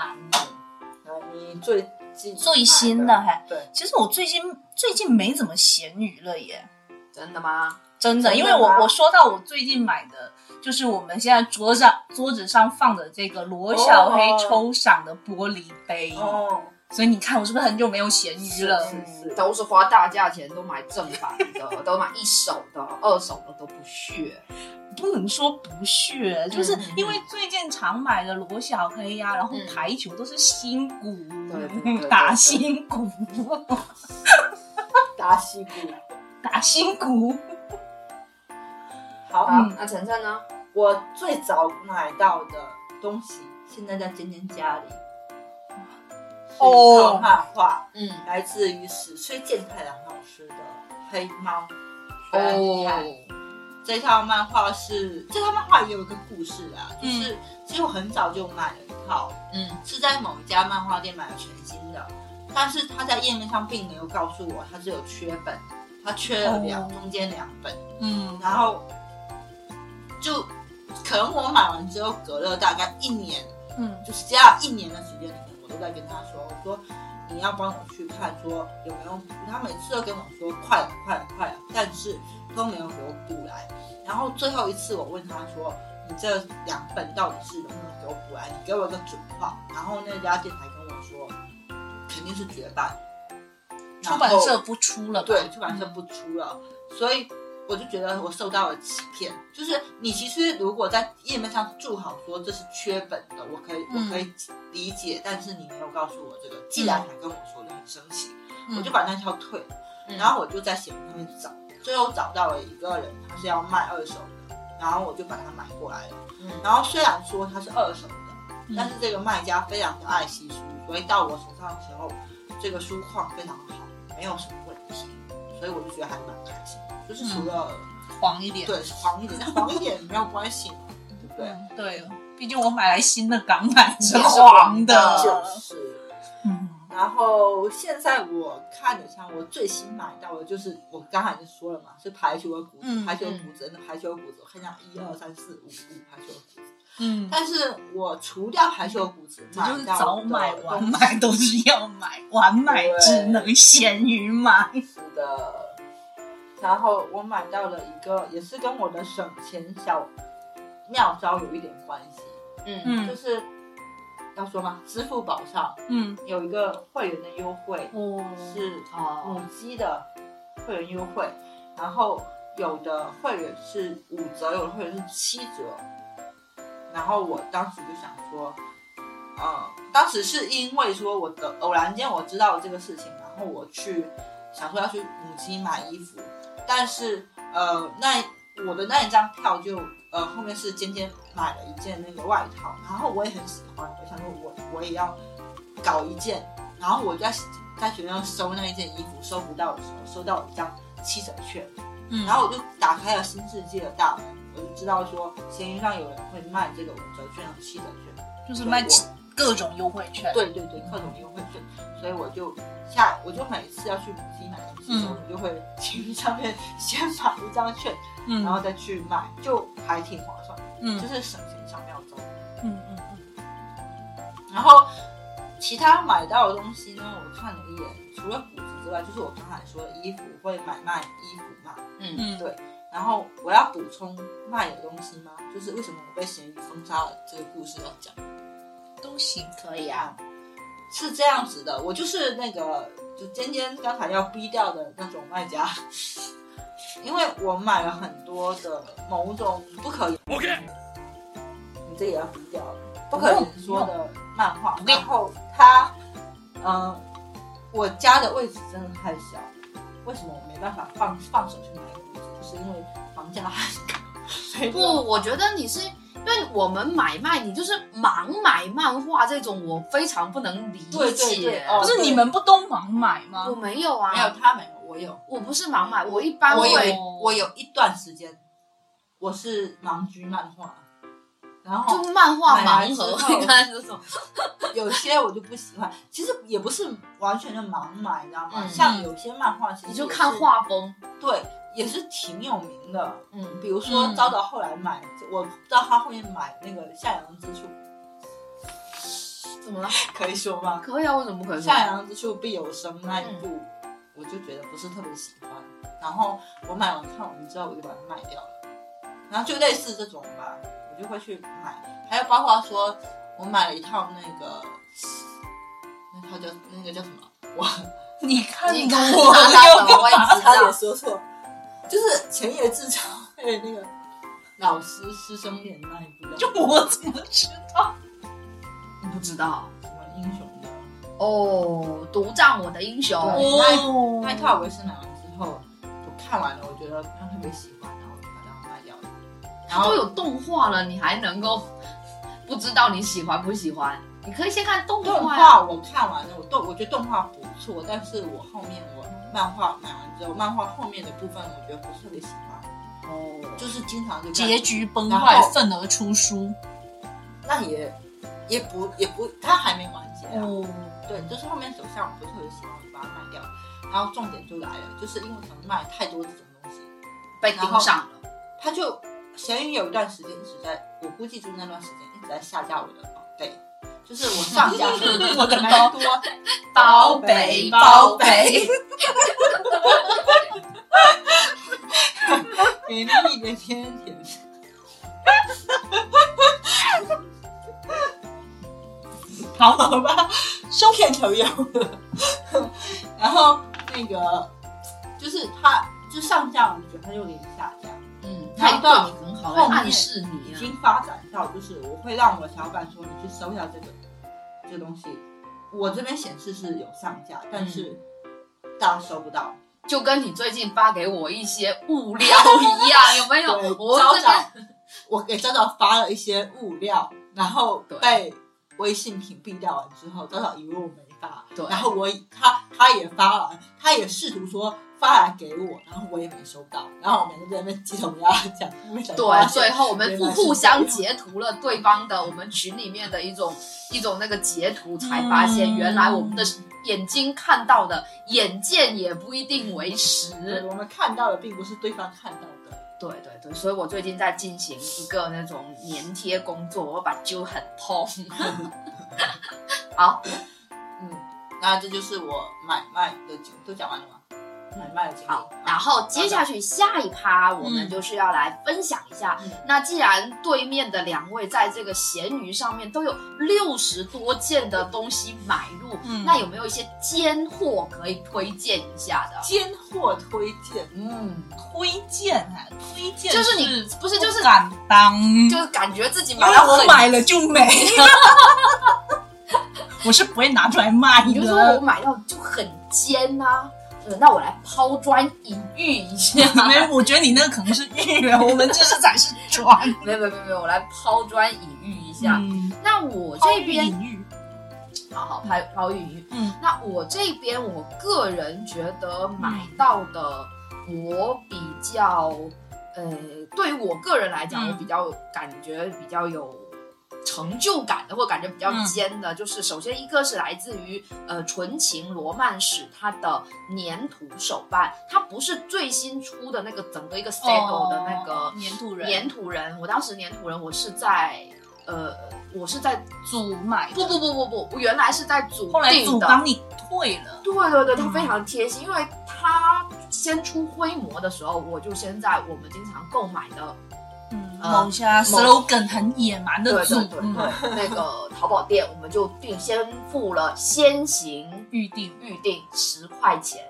然后你最近
最新的还
对，
其实我最近最近没怎么闲鱼了耶，
真的吗？
真的，
真的
因为我
吗
我说到我最近买的。就是我们现在桌上桌子上放的这个罗小黑
哦
抽赏的玻璃杯，
哦，
所以你看我是不是很久没有咸鱼了？
是是
都是花大价钱，都买正版的，都买一手的，二手的都不屑。
不能说不屑，就是
嗯嗯
因为最近常买的罗小黑呀、然后
嗯
排球都是新股
对对对，对
打
对
新股，
达西古。
打新股。
好，
好，
嗯
那晨晨呢？
我最早买到的东西，现在在尖尖家里。
哦
是一套漫画
嗯，
来自于史崔健太郎老师的《黑猫》。非常厉害
哦，
这套漫画是这套漫画也有一个故事啊，就是、其实我很早就买了一套，
嗯，
是在某一家漫画店买了全新的，但是他在页面上并没有告诉我他是有缺本，他缺了两、
哦
中间两本，
嗯，
然后就可能我买完之后隔了大概一年，
嗯
就是接下来一年的时间里面，我都在跟他说，我说你要帮我去看，说有没有补。他每次都跟我说快了，快了，快了，但是都没有给我补来。然后最后一次我问他说，你这两本到底是能不能给我补来？你给我一个准话。然后那家店才跟我说，肯定是绝版，
出版社不出了吧，
对，出版社不出了，所以我就觉得我受到了欺骗。就是你其实如果在页面上注好说这是缺本的，我可以我可以
嗯
理解，但是你没有告诉我这个，既然还跟我说的很生气，
嗯，
我就把那条退了。
嗯
然后我就在闲鱼上面找，最后找到了一个人，他是要卖二手的，然后我就把它买过来了。
嗯
然后虽然说它是二手的，
嗯
但是这个卖家非常的爱惜书，所以到我手上的时候，这个书况非常好，没有什么问题，所以我就觉得还蛮开心。就是
嗯
除了、
黄一点。
对黄一点，但黄一点没有关系嘛，对不对？
嗯对哦，毕竟我买来新的港版 是
也是
黄
黄
的
的。
就是。
嗯
然后现在我看的像我最新买到的就是我刚才就说了嘛，是排球的骨子，
嗯
排球骨子，那排球骨子，我看一下一二三四五五排球骨子。
嗯，
但是我除掉排球骨子，
这就是
买到
早
的
买
东
晚
西
买都是要买，晚买只能咸鱼买。
是的。然后我买到了一个，也是跟我的省钱小妙招有一点关系，
嗯
就
嗯
是要说吗？支付宝上
嗯，
有一个会员的优惠，
哦，
是
哦，
母鸡呃的会员优惠，然后有的会员是五折，有的会员是七折。然后我当时就想说，嗯，当时是因为说我的偶然间我知道了这个事情，然后我去想说要去母鸡买衣服，但是呃，那我的那一张票就呃后面是尖尖买了一件那个外套，然后我也很喜欢，我想说我我也要搞一件，然后我在在学校收那一件衣服，收不到的时候，收到一张七折券，
嗯
然后我就打开了新世界的大门，我就知道说闲鱼上有人会卖这个五折券、七折券，
就是卖
所以我
各种优惠券。
对对对，各种优惠券，所以我就下，我就每次要去母鸡买东西的时候，
嗯
我就会闲鱼上面先买一张券，
嗯，
然后再去买，就还挺划算的，
嗯
就是省钱小妙招。
嗯嗯嗯
然后其他买到的东西呢，我看了一眼，除了骨子之外，就是我刚才说的衣服会买卖衣服嘛。
嗯
嗯，
对然后我要补充卖的东西吗？就是为什么我被咸鱼封杀了这个故事要讲。
都行。
可以啊，
是这样子的，我就是那个就尖尖刚才要逼掉的那种卖家， 因为我买了很多的某种不可言，
ボケ
你这也要逼掉，不可言说的漫画，
不用
然后它，嗯、我家的位置真的太小，为什么我没办法放放手去买一个位置？就是因为房价很高，所以
不，
就
我觉得你是因为我们买卖，你就是盲买漫画这种，我非常不能理解。
对对对哦
不是你们不都盲买吗
我？没有
没有
啊，
他没有，我有。
我不是盲买，我一般
我
会
有我有一段时间，我是盲居漫画，然后
就漫画
买
盲
完之
盒，
后
你看这种，
有些我就不喜欢。其实也不是完全的盲买，你知道吗？
嗯
像有些漫画，其实
你就
也
看
是，
画风，
对，也是挺有名的。
嗯
比如说
嗯
招导后来买，我不知道他后面买那个《夏阳之处
怎么了？》，
可以说吗？
可以啊，为什么不可
《
以？
夏阳之处必有生》那一部，我就觉得不是特别喜欢。然后我买完看完之后，我就把它卖掉了。然后就类似这种吧，我就会去买。还有包括说我买了一套那个那他叫那个叫什么？我
你看
你
到
看
我
他
又
打什么位置
差点
的？
说错，就是前野智昭的那个老师师生恋那一部，
就我怎么知道？
我不知道
什么英雄的
哦，独占我的英雄，
对
哦
那一套，我也是买完之后，我看完了，我觉得他特别喜欢，然后我就把它卖掉了。然后
都有动画了，你还能够 不知道你喜欢不喜欢？你可以先看动
动
画呀。
画我看完了，我动我觉得动画不错，但是我后面我漫画买完之后，漫画后面的部分我觉得不是特别喜欢，
哦，
就是经常就
结局崩
然
坏，
后
愤而出书。
那也也不也不，它还没完结啊。
哦，
对，就是后面手相我不是特别喜欢，我就把它卖掉了。然后重点就来了，就是因为可能卖太多这种东西，
被盯上了，
他就闲鱼有一段时间一直在，我估计就是那段时间一直在下架我的宝贝，就是我上架 我的蛮多
包
贝
贝
包
包
贝
贝，
给力一点甜甜。好好吧，收片球友。然后那个就是他，就上架，我觉得他有点下架，
嗯，
然
他
后
也
到
对你很好，
后面
暗示你
已
啊。
经发展到就是我会让我小板说你去搜一下这个这个东西，我这边显示是有上架，但是大家搜不到，
就跟你最近发给我一些物料一 样，有没有
对？
我
早
这
早
边
我给早早发了一些物料，然后
对
被微信屏蔽掉完之后，早早以为我没发，
对
然后我他他也发完，他也试图说发来给我，然后我也没收到，然后我们就在那边鸡同鸭讲，因为想发
对，
现
最后我们互互相截图了对方的我们群里面的一种一种那个截图，才发现
嗯
原来我们的眼睛看到的，眼见也不一定为
对
实。
我们看到的并不是对方看到的。
对对对，所以我最近在进行一个那种粘贴工作，我把揪很痛。好，
嗯，那这就是我买卖的经，都讲完了吗？买卖的经
嗯
历。啊
好，然后接下
去
去下一趴，我们就是要来分享一下。
嗯
那既然对面的两位在这个闲鱼上面都有六十多件的东西买入，
嗯
那有没有一些尖货可以推荐一下的？
尖货推荐，
嗯，
推荐啊，推荐
就是你不是就是
不敢当，
就是感觉自己
因
买
为
到
我
很
买了就 没了，我是不会拿出来卖
你就说我
的。
买到就很尖啊。嗯，那我来抛砖引玉一下，
没有，我觉得你那个可能是预言，我们这是才是装。
没有没有没有没有，我来抛砖引玉一下。
嗯，
那我这边
隐喻，
好好抛抛玉玉。
嗯
嗯，那我这边我个人觉得买到的，我比较，呃，对于我个人来讲，
嗯
我比较感觉比较有。成就感的，或感觉比较尖的，嗯就是首先一个是来自于呃纯情罗曼史它的粘土手办，它不是最新出的那个整个一个 set 的那个
粘土人
粘土哦人，我当时粘土人我是在呃我是在
组买的，
不不不不不，我原来是在组
后来
定
组
的
帮。你退了。
对对对，他
嗯
非常贴心，因为他先出规模的时候，我就先在我们经常购买的
嗯，
呃
某家 slogan 很野蛮的
对
组
对对
嗯
对那个淘宝店，我们就定先付了先行
预定，
预定十块钱，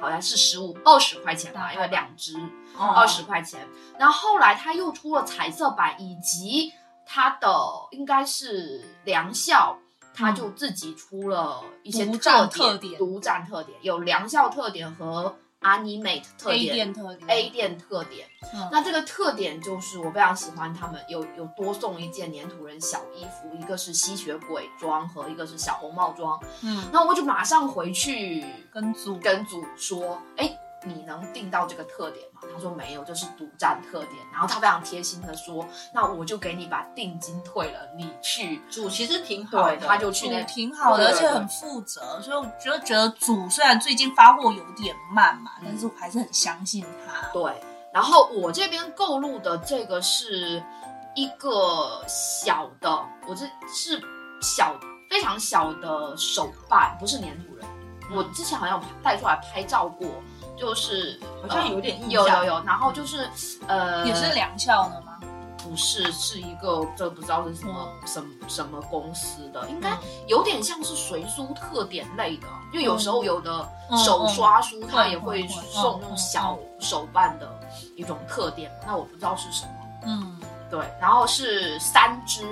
好像是十五二十块钱吧，因为两只二
哦
十块钱。然后后来他又出了彩色版，以及他的应该是良效，他就自己出了一些
嗯
特
独
点，
占特点
独占特点有良效特点和 Animate 特
A
点。
店特点
A 店特点，
嗯
那这个特点就是我非常喜欢他们有有多送一件粘土人小衣服，一个是吸血鬼装和一个是小红帽装，
嗯，
那我就马上回去
跟组
跟组说，哎，你能定到这个特点吗？他说没有，这是独占特点。然后他非常贴心的说，那我就给你把定金退了，你去。
主其实挺好的，
对，他就去
嗯
那
组嗯挺好的，而
对对
且很负责，所以我觉得觉得组虽然最近发货有点慢嘛，
嗯
但是我还是很相信他。
对。然后我这边购入的这个是一个小的，我这是小非常小的手办，不是粘土人。
嗯
我之前好像有带出来拍照过，就是
好像有点印象
有有有，然后就是呃，
嗯也是良效的吗？
不不是是一个这不知道是什么、什么什么公司的，应该有点像是水书特点类的，因为有时候有的手刷书它也嗯会嗯送那种小手办的一种特点，那我不知道是什么。
嗯，
对，然后是三只，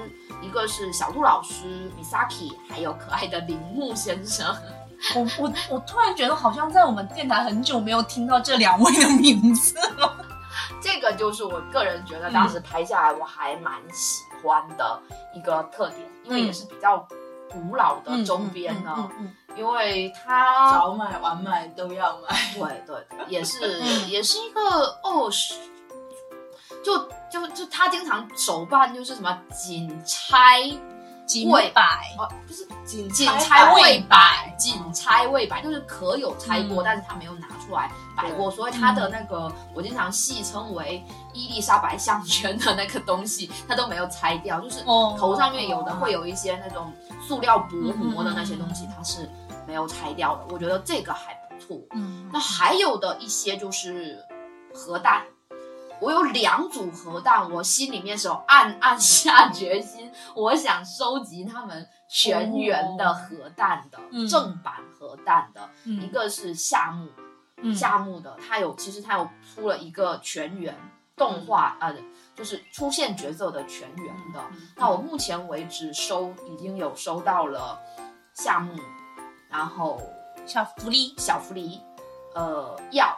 一个是小鹿老师 Misaki，还有可爱的铃木先生。
我我我突然觉得好像在我们电台很久没有听到这两位的名字了。
这个就是我个人觉得当时拍下来我还蛮喜欢的一个特点，因为也是比较古老的周边呢，
嗯嗯
因为它
早买晚买都要买。
对对对也是
嗯
也是一个哦，是就就就他经常手办就是什么锦钗
嗯，几
贵
百，
哦，不是
锦
锦钗未
未
摆，锦钗未摆就是可有拆过，
嗯
但是他没有拿出来摆过，所以他的那个我经常戏称为伊丽莎白项圈的那个东西，他都没有拆掉，就是
哦
头上面有的会有一些那种塑料薄膜的那些东西，它是没有拆掉的。我觉得这个还不错。
嗯
那还有的一些就是核弹，我有两组核弹，我心里面是有暗暗下 决心，我想收集他们全员的核弹的、
哦嗯
正版核弹的，
嗯
一个是夏目，
嗯
夏目的他有其实他有出了一个全员动画、
嗯
呃，就是出现角色的全员的。那我目前为止收已经有收到了夏目，然后
小福利
小福梨，呃，药，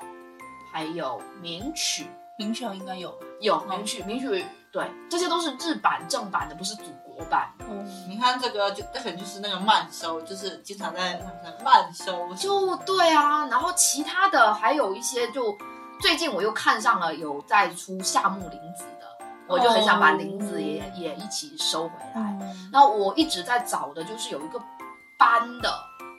还有名曲，
名球应该有吧？
有
嗯
名曲，名曲，对，这些都是日版正版的，不是祖国版的。
哦，
你看这个就这可能就是那个慢收，就是经常在慢收，
就对啊，然后其他的还有一些就，最近我又看上了有在出夏目玲子的，我就很想把玲子也、
哦嗯
也一起收回来。那我一直在找的就是有一个班的，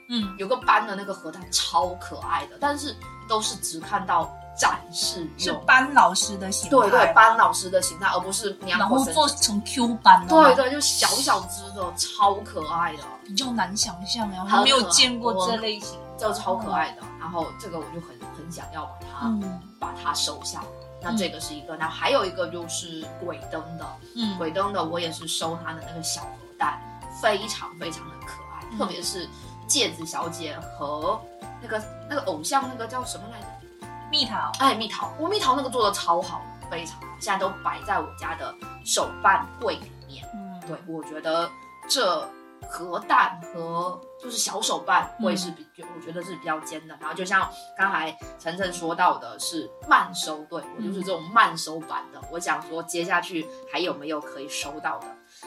嗯，
有个班的那个核弹超可爱的，但是都是只看到展示用，
是班老师的形态，
对对，班老师的形态，而不是娘
然
口
后
神
做成 Q 版的，
对，对，就小小只的，超可爱的，
比较难想象然
好可
后
爱
没有见过这类型，
就超可爱的。然后这个我就很很想要把它、
嗯
把它收下。那这个是一个，然后还有一个就是鬼灯的，
嗯，
鬼灯的我也是收它的那个小核弹，非常非常的可爱，
嗯
特别是戒指小姐和那个那个偶像那个叫什么来着？
蜜桃，
哎，蜜桃，我蜜桃那个做的超好，非常好，现在都摆在我家的手办柜里面。
嗯，
对，我觉得这核弹和就是小手办
嗯
会是比，我觉得是比较尖的。然后就像刚才晨晨说到的是慢收，对我
嗯
就是这种慢收版的。我想说接下去还有没有可以收到的？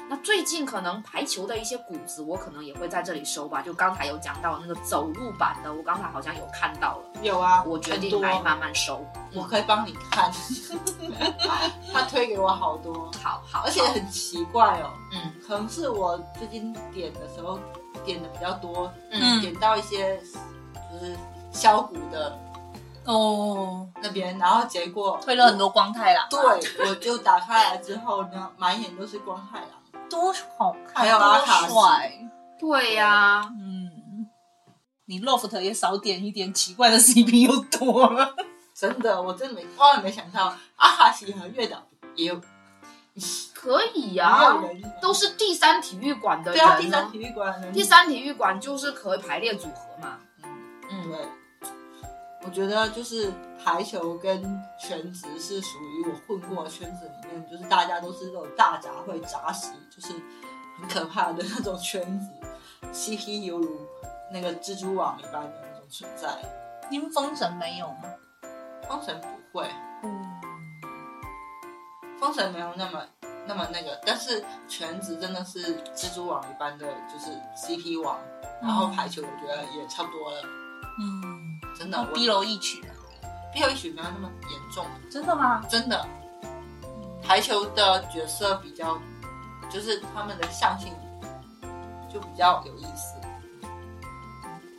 那最近可能排球的一些谷子，我可能也会在这里收吧。就刚才有讲到那个走路版的，我刚才好像有看到了，
有啊，
我决
很
定
多
来慢慢收。嗯
我可以帮你 看，他推给我好多，
好好，
而且很奇怪哦，
嗯
可能是我最近点的时候点的比较多，
嗯
点到一些就是削骨的
哦，
那边，然后结果
推了很多光太郎，
对，我就打开来之后呢，满眼都是光啊太郎。
多好看，
还有阿卡西
多帅，
对呀、
嗯，你 loft 也少点一点，奇怪的 CP 又多了。
真的，我真的没万万没想到，阿卡西和月岛也有
可以呀、
也有人
都是第三体育馆的
对
人、
啊，
啊。
第三体育馆的人
第三体育馆就是可以排列组合嘛。
嗯
嗯，
对，我觉得就是排球跟全职是属于我混过的圈子里面，就是大家都是那种大杂烩杂食，就是很可怕的那种圈子，CP 犹如那个蜘蛛网一般的那种存在。
你们封神没有吗？
封神不会，
嗯，
封神没有那么那么那个，但是全职真的是蜘蛛网一般的，就是 CP 网，然后排球我觉得也差不多了，
嗯，
真的
那。
我
B 楼一曲啊，
B 有一曲没有那么严重，
真的吗？
真的。
嗯
排球的角色比较，就是他们的象性就比较有意思。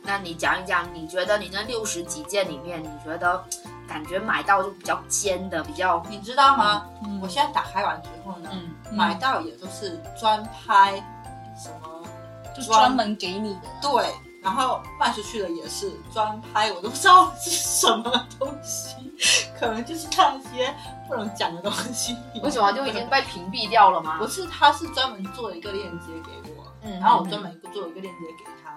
那你讲一讲，你觉得你那六十几件里面，你觉得感觉买到就比较尖的，比较
你知道吗？
嗯
我现在打开完之后呢，
嗯，
买到也都是专拍什么
就专门给你的，
对，然后卖出去的也是专拍，我都不知道是什么东西，可能就是那些不能讲的东西。
嗯
为什么就已经被屏蔽掉了吗
不？是，他是专门做了一个链接给我，
嗯
然后我专门做了一个链接给他，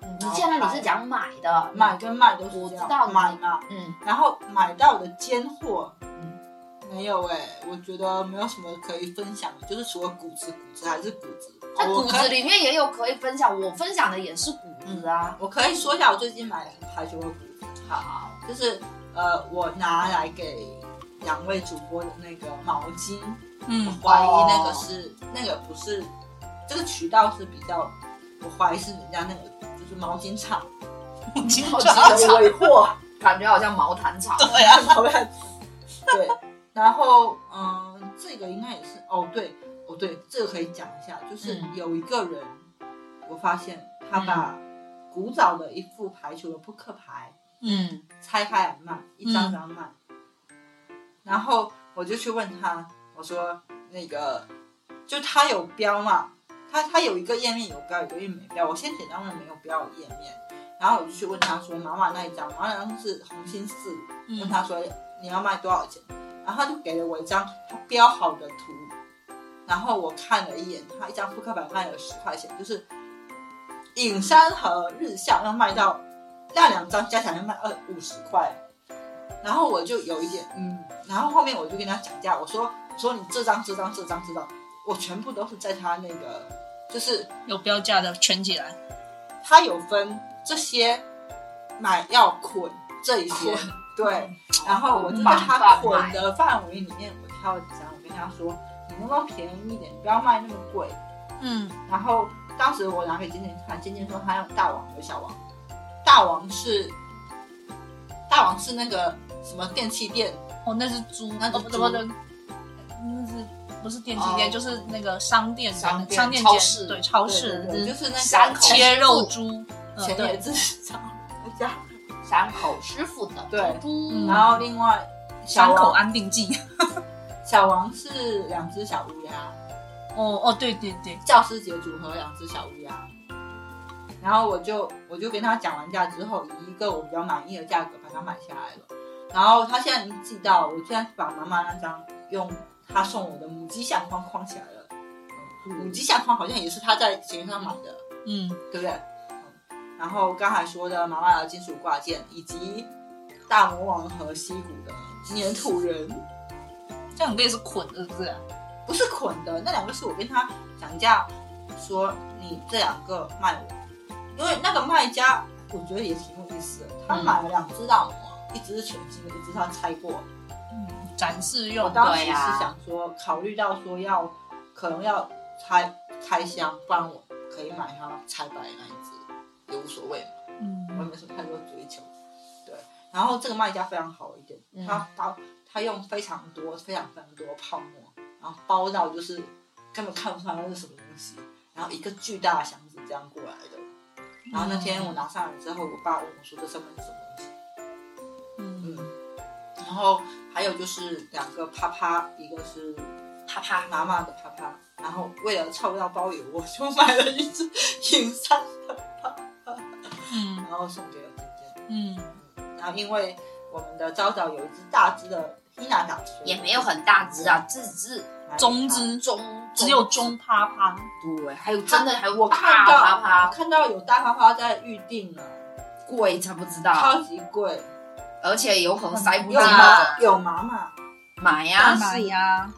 嗯你现在你是讲买的，
买跟卖都是
我
这
知
样
道你
买嘛，
嗯，
然后买到的尖货，嗯没有哎、我觉得没有什么可以分享的，就是除了骨子，骨子还是骨子。哦
那
我
谷
可
子
以
里面也有可以分享，我分享的也是谷子啊。
我可以说一下我最近买的排球的骨子，
好，
就是呃，我拿来给两位主播的那个毛巾，我
嗯，
怀疑那个是、那个不是这个渠道是比较，我怀疑是人家那个就是毛巾厂
经
好
常
奇
的尾货。
感觉好像毛毯厂。
嗯对啊，好烂。对，然后嗯，这个应该也是哦，对，哦对，这个可以讲一下，就是
嗯
有一个人，我发现他把古早的一副排球的扑克牌
嗯，
拆开来卖，一张张卖。然后我就去问他，我说那个，就他有标嘛，他他有一个页面有标，有一个页面没标。我先简单问没有标的页面，然后我就去问他说，妈妈那一张，妈妈那张是红心四，
嗯
问他说你要卖多少钱，然后他就给了我一张他标好的图，然后我看了一眼，他一张扑克牌卖了十块钱，就是影山和日向要卖到那两张加起来要卖二五十块，然后我就有一点嗯，然后后面我就跟他讲价，我说我说你这张这张这张这张，我全部都是在他那个就是
有标价的圈起来，
它有分这些买要捆这一些，对。然后我就在它捆的范围里面，我挑了几张，我跟他说，你能不能便宜一点，不要卖那么贵。
嗯
然后当时我拿给尖尖看，尖尖说他要大王和小王，大王是大王是那个什么电器店，
哦，那是租，
那是
哦不不不，那是不是电器店，
哦
就是那个商店的，
商店
商店
超
街
市
对，超
对
市嗯
对对就是那个
山口
切肉猪，呃
前
对，
野智商家。
山口师傅的
对
猪猪
嗯
然后另外小
伤口啊
王
安定剂。
小王是两只小乌鸦。
哦哦，对对对，
教师节组合两只小乌鸦，然后我就我就跟他讲完价之后，以一个我比较满意的价格把它买下来了。然后他现在已经寄到，我现在把妈妈那张用他送我的母鸡相框框起来了。嗯母鸡相框好像也是他在闲鱼上买的，
嗯，
对不对？嗯然后刚才说的妈妈的金属挂件，以及大魔王和西谷的今年土人，
这两个也是捆的，是不是啊？
不是捆的，那两个是我跟他讲价说你这两个卖我，因为那个卖家我觉得也挺有意思的，他买了两只大魔，一只是全新的，一只是他拆过。
嗯，展示
我
用，
当时
对
是
呀
想说，考虑到说要可能要拆开箱，不然我可以买他拆白那一只，也无所谓嘛，我也
嗯，
没什么太多追求。对，然后这个卖家非常好一点，
嗯
他包他用非常多、非常非常多的泡沫，然后包到就是根本看不出来那是什么东西，然后一个巨大的箱子这样过来的。然后那天我拿上来之后，我爸问我说：“这上面是什么东西？”
嗯，
嗯，然后还有就是两个啪啪，一个是啪啪妈妈的啪啪，然后为了凑到包邮，我就买了一只 银山的啪啪，
嗯
然后送给了姐姐。
嗯
嗯，然后因为我们的昭昭有一只大只的伊娜打，所以
也没有很大只啊，这只是
买给她
中之
中
只有中趴 趴，
对，还有真的还有啊
我
大
看到
啪
我
啪，
看到有大啪啪在预定了，
贵才不知道，
超级贵，
而且有可能塞不进
有
那
妈
种，
有妈妈，
买呀，
啊
买呀，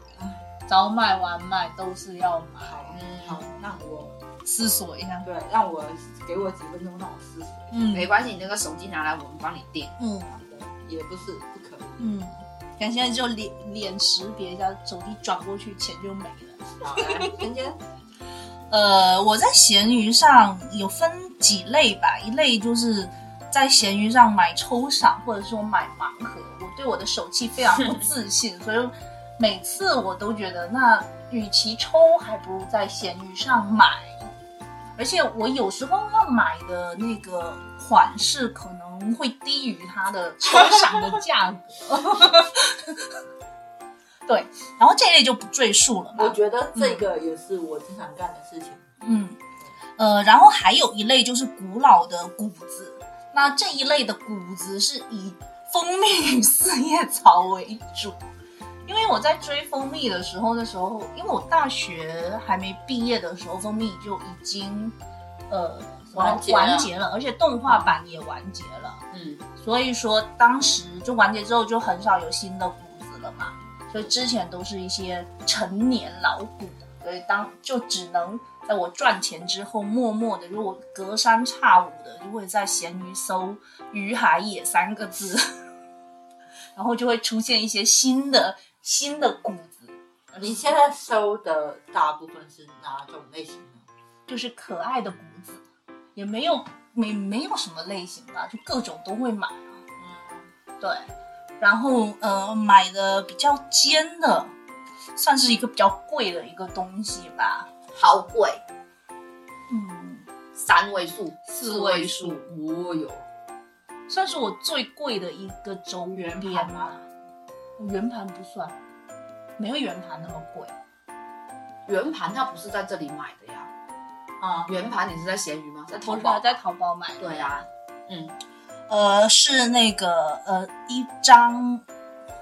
早买晚买都是要买，
好
嗯
好，那我
思索一下，
对让我给我几分钟让我思索一下。
嗯
没关系，你那个手机拿来，我们帮你订。
嗯
也不是不可以。
嗯，看现在就脸脸识别一下，手机转过去钱就没了。
好，来，今天
呃，我在闲鱼上有分几类吧，一类就是在闲鱼上买抽赏或者说买盲盒，我对我的手气非常不自信， 所以每次我都觉得，那与其抽，还不如在闲鱼上买。而且我有时候要买的那个款式可能会低于它的抽赏的价格， 对，然后这类就不赘述了嘛。
我觉得这个也是我经常干的事情。
嗯，呃，然后还有一类就是古老的谷子，那这一类的谷子是以蜂蜜与四叶草为主。因为我在追蜂蜜的时候，那时候因为我大学还没毕业的时候，蜂蜜就已经呃完
完结了
完结了，而且动画版也完结了。
嗯，
所以说当时就完结之后就很少有新的谷子了嘛，所以之前都是一些陈年老谷，所以当就只能在我赚钱之后，默默的，就我隔三差五的就会在闲鱼搜“鱼海野”三个字， 然后就会出现一些新的新的谷子，
嗯你现在收的大部分是哪种类型呢？
就是可爱的谷子，也没有没没有什么类型吧，就各种都会买。啊
嗯，
对，然后呃买的比较尖的，算是一个比较贵的一个东西吧，
好贵，
嗯，
三位数，
四位数，
哦哟，
算是我最贵的一个周边
圆盘吗
吧。圆盘不算，没有圆盘那么贵。
圆盘它不是在这里买的呀，
啊，
圆盘你是在闲鱼吗？在淘
我是
宝？
在淘宝买的，
对呀、
呃，是那个呃一张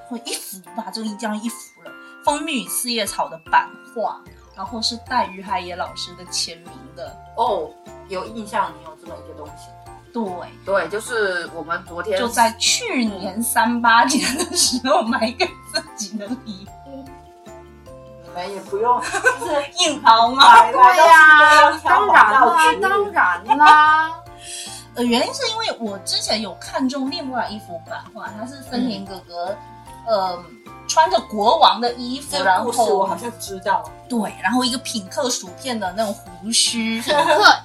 或一幅吧，就一张一幅了，《蜂蜜与四叶草》的版画，然后是带于海野老师的签名的。
哦，有印象，你有这么一个东西。
对，
对，就是我们昨天
就在去年三八节的时候买给自己的礼物，
你们也不 用就是
硬凹吗？
买来
对呀、
都是
当然啦，当然 啦，
呃，原因是因为我之前有看中另外一幅版画，它是森田哥哥，呃，穿着国王的衣服，
这
然
嗯故事我好
后
像知道，
对，然后一个品客薯片的那种胡须，
刻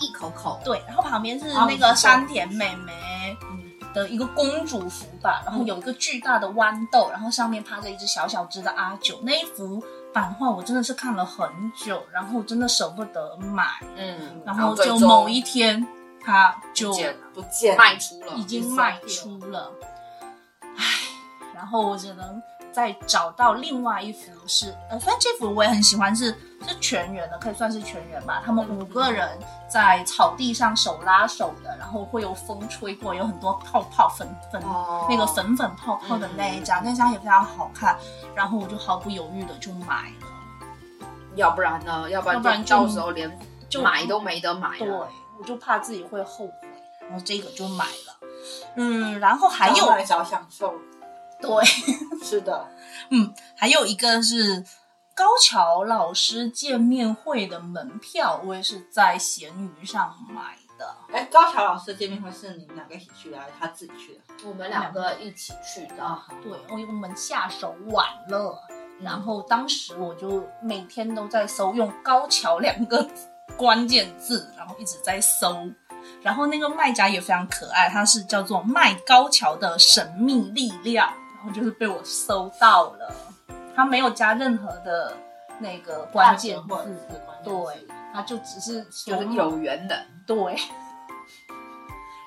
一口口，
对，然后旁边是
啊
那
我
个
知道
山田美眉的一个公主服吧，然后有一个巨大的豌豆，然后上面趴着一只小小只的阿九。那一幅版画我真的是看了很久，然后真的舍不得买，
嗯，
然后
最
就
终
某一天它就
不见了
不见了
卖出了
已，经卖出了，唉，然后我只能再找到另外一幅是，呃，反正这幅我也很喜欢是，是全员的，可以算是全员吧。他们五个人在草地上手拉手的，然后会有风吹过，有很多泡泡粉粉。
哦
那个粉粉泡泡的那一张，那张也非常好看，然后我就毫不犹豫的就买了，
要不然呢？要不
要不然
然
就
到时候连
就
买都没得买啊
对
了。，
我就怕自己会后悔，然后这个就买了，嗯，然后还有
小买小享受，
对，
是的，
还有一个是高桥老师见面会的门票，我也是在闲鱼上买的。
哎，高桥老师的见面会是你们两个一起去的，还是他自己去的？
我们两个一起去的，
对，我我们下手晚了，然后当时我就每天都在搜用“高桥”两个关键字，然后一直在搜。然后那个卖家也非常可爱，他是叫做“卖高桥的神秘力量”，然后就是被我搜到了，他没有加任何的那个关键
或者
字，
是关键
对
字，
他就只是说
就是有缘的。
对，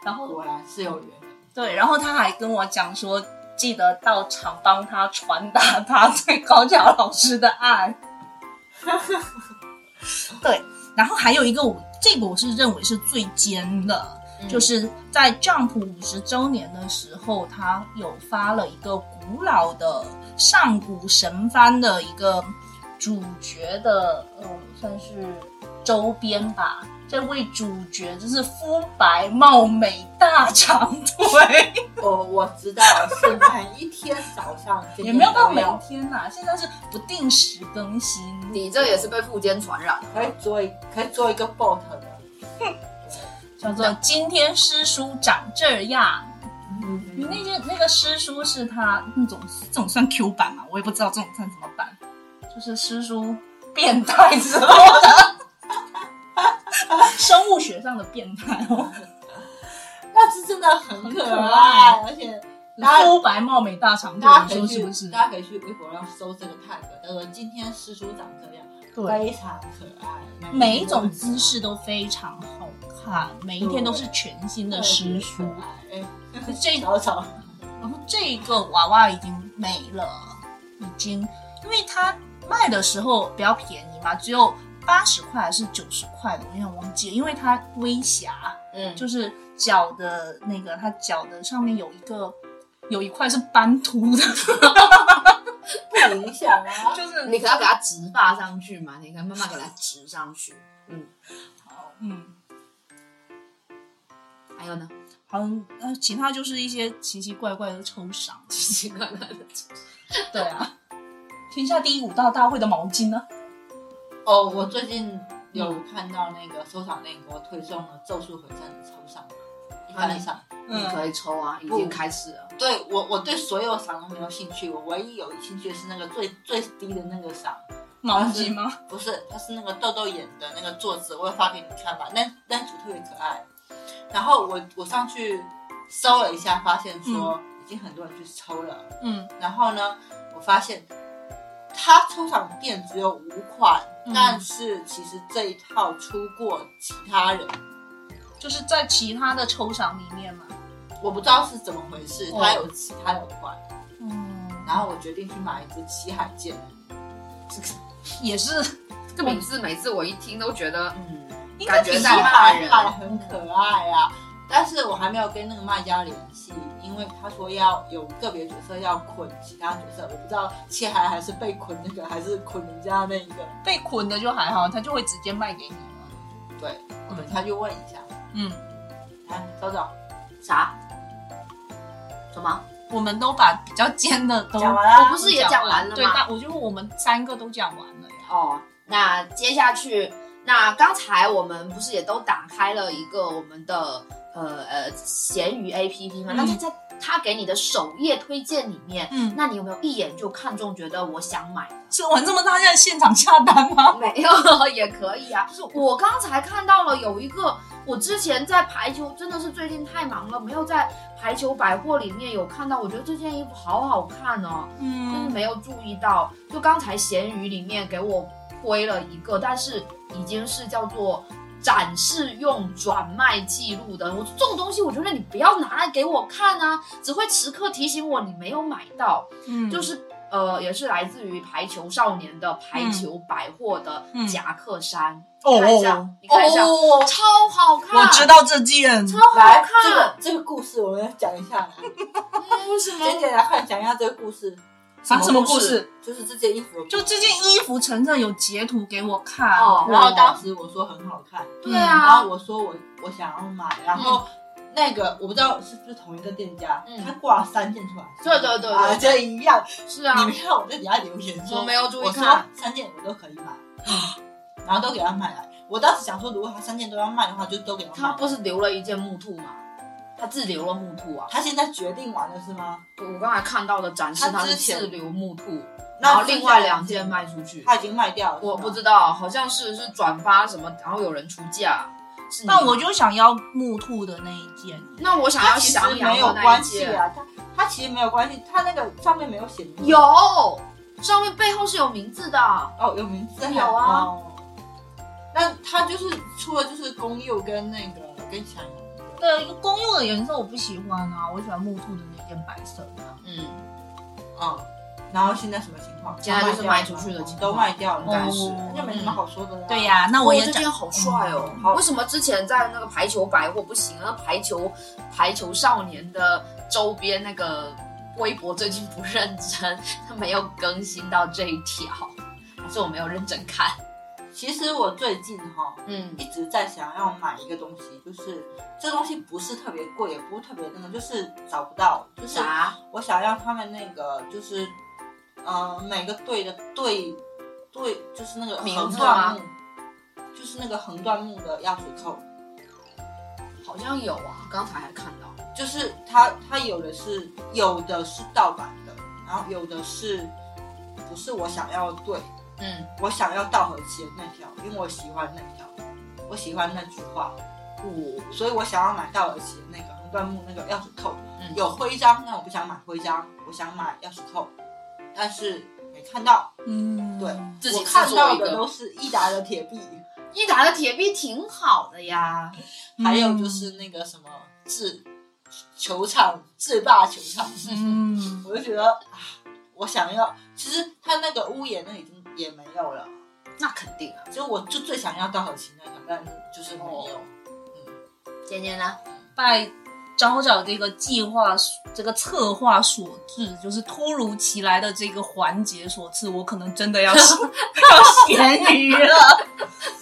然后
果然是有缘分。
对，然后他还跟我讲说，记得到场帮他传达他对高桥老师的爱。 对，然后还有一个我这个我是认为是最尖的，嗯就是在 Jump 五十周年的时候，他有发了一个古老的上古神番的一个主角的，呃，算是周边吧。这位主角就是肤白貌美大长腿，
我我知道是每一天早上今
也
天
没有到
都
每天呐、现在是不定时更新。
你这也是被附件传染
可以做一可以做一个 bot 的，
叫做今天师叔长这样。
嗯，
那些那个师叔是他那种这种算 Q 版嘛？我也不知道这种算什么版，就是师叔变态之后的 生物学上的变态哦，
那是真的很可
很可
爱
爱，
而且大家
肤白貌美大长腿，
大家可
你
以
说是
去
不是？
大家可以去微博上搜这个 tag，叫做今天师叔长这样，
对，
非常可爱，
每一种姿势都非常好看，每一天都是全新的师叔。
哎，
这
早早
然后这个娃娃已经没了，已经，因为它卖的时候比较便宜嘛，只有八十块还是九十块的，我有点忘记了，因为它微瑕，
嗯，
就是脚的那个，它脚的上面有一个有一块是斑秃的，
不影响啊。
就是
你可要给它直霸上去嘛，你可以慢慢给它直上去。
嗯，
还有呢，
好像呃，其他就是一些奇奇怪怪的抽伤。
奇奇怪怪的，
对啊，天下第一武道大会的毛巾呢？
哦，我最近有看到那个收藏店给我推送了《咒术回战》的抽赏，
啊
一翻赏。
嗯
你可以抽啊，已经开始了。
对我，我对所有赏都没有兴趣，我唯一有兴趣的是那个最最低的那个赏，
毛巾吗？
不是，它是那个豆豆演的那个作者，我有发给你看吧，那那组特别可爱。然后我我上去搜了一下，发现说已经很多人去抽了。
嗯
然后呢，我发现它抽赏店只有五款，
嗯
但是其实这一套出过其他人，
就是在其他的抽赏里面嘛。
我不知道是怎么回事，
哦
它有其他的款。
嗯，
然后我决定去买一只七海剑，
也是
这名字每次我一听都觉得
嗯，
应该
感
挺
觉
七
到
海
骂人，
海很可爱啊。但是我还没有跟那个卖家联系，因为他说要有个别角色要捆其他角色，我不知道七海还是被捆那个，还是捆人家那一个。
被捆的就还好，他就会直接卖给你了。
对，我等下去问一下。
嗯，
来，找找。
啥？什么？
我们都把比较尖的都
讲完啦
都
我不是也讲完了吗
对，但我觉得我们三个都讲完了呀。
哦，那接下去，那刚才我们不是也都打开了一个我们的呃呃闲鱼 APP 吗？
嗯
那它在它给你的首页推荐里面，
嗯，
那你有没有一眼就看中，觉得我想买的？
吃完这么大，现在现场下单吗？
没有 也可以啊。我刚才看到了有一个，我之前在排球，真的是最近太忙了，没有在排球百货里面有看到。我觉得这件衣服好好看哦，但是
嗯，
没有注意到，就刚才闲鱼里面给我推了一个，但是已经是叫做。展示用转卖记录的，我这种东西，我觉得你不要拿来给我看啊，只会时刻提醒我你没有买到。
嗯
就是呃，也是来自于排球少年的排球百货的
嗯
夹克衫，
哦
看一下，你看一下，
哦，
超好看，
我知，道这件，
超好
来
看，，
这个这个故事我们要讲一下来。
嗯为什么？
简简单单讲一下这个故事。
啊什么故
事？
事？
就是这件衣服的故事。
就这件衣服，晨晨有截图给我看，
哦
然后当时我说很好看，
对
嗯
然
啊
后，我说我我想要买，然后那个我不知道是不是同一个店家，
嗯
他挂了三件出来，
对对对对
啊，这一样。
是啊
你，没看我在底下留言说，
我没有注意
我说
看
三件我都可以买， 然后都给他买来。我当时想说，如果他三件都要卖的话，就都给他买
他
来。
不是留了一件木兔吗？他自留了木兔啊，
他现在决定完了是吗？
我刚才看到的展示
他
他是
之前
自留木兔，然
那
后另外两件卖出去，
他已经卖掉了，
我不
道。
知道，好像是是转发什么，然后有人出价，是你
但我就想要木兔的那一件，
那我想
它
要
其实
想
没有
要那
关
一
系
件。
啊，它它其实没有关系，它那个上面没有写名字。
有，上面背后是有名字的。
哦，有名字
有啊
哦那它就是出了就是公幼跟那个跟翔阳，
对，公用的颜色我不喜欢啊，我喜欢木兔的那件白色的。
嗯，
嗯，然后现在什么情况？
现在就是
都卖
卖出去的情况嗯
都卖掉了，
应该是
哦那就没什么好说的啦。
对、呀、那我也
这
讲
件好帅哦
嗯好。
为什么之前在那个排球百货不行啊？那排球排球少年的周边那个微博最近不认真，他没有更新到这一条，还是我没有认真看？
其实我最近哈、
嗯
一直在想要买一个东西，就是这东西不是特别贵，也不是特别那个，就是找不到，就是
啥？
我想要他们那个就是，呃，每个队的队队就是那个
名字
横断
吗
木，就是那个横断木的钥匙扣，
好像有啊，刚才还看到。
就是它它有的是有的是盗版的，然后有的是不是我想要的队，
嗯，
我想要道和奇的那条，因为我喜欢那条，我喜欢那句话，
我
所以我想要买道和奇的那个横断木那个钥匙扣，
嗯
有徽章，但我不想买徽章，我想买钥匙扣，但是没看到。
嗯，
对
自己
我
制
看
作
到
一
的
个
都是益达的铁臂，
益达的铁臂挺好的呀，
还有
嗯
就是那个什么制球场制霸球场，
嗯，
我就觉得啊，我想要。其实他那个屋檐那已经也没有了，
那肯定啊。
就我就最想要到和其那个，但就是没有。
简简呢？
拜找找这个计划、这个策划所致，就是突如其来的这个环节所致，我可能真的要 要咸鱼了。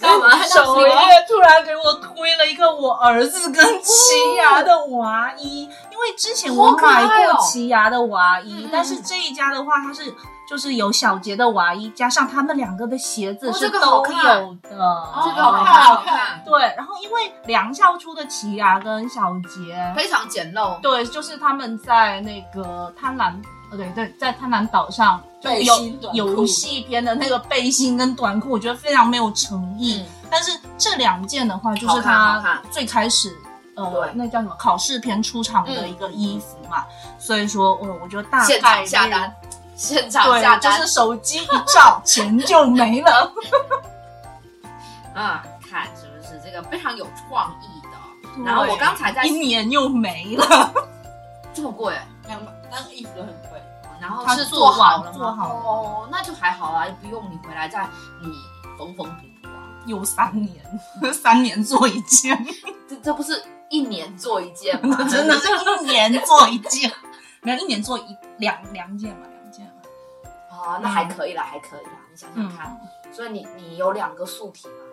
干嘛？
首页突然给我推了一个我儿子跟奇牙的娃衣，因为之前我买过奇牙的娃衣，
哦
但是这一家的话，它是就是有小杰的娃衣，加上他们两个的鞋子
哦
是
这个好
都有的。哦
看哦这个好看，
哦好
好看，
对，然后因为梁校出的奇牙跟小杰，
非常简陋，
对，就是他们在那个贪婪，呃，对对，在贪婪岛上就
背
有
心短裤
游戏边的那个背心跟短裤，我觉得非常没有诚
嗯
意。但是这两件的话，就是
好看好
他
看
最开始呃
对，嗯
那叫什么考试篇出场的一个衣服嘛，所以说，呃，我觉得大
现场
概率
下单，现场下
对，就
单
是手机一照钱就没了。
啊！看是不是这个非常有创意的？
对
然后我刚才在
一年又没了，
这么贵，
两百，那个衣服都很贵。
然后
他
是
做
好
好
了吗？
做好了
哦，那就还好啦，不用你回来再你缝缝补补啊。
又三年， 三年做一件，？
这这不是一年做一件吗
真的是一年做一件， 没有一年做一两两件嘛，两件嘛。
哦，那还可以啦，还可以啦。你想想看，所以你你有两个素体吗？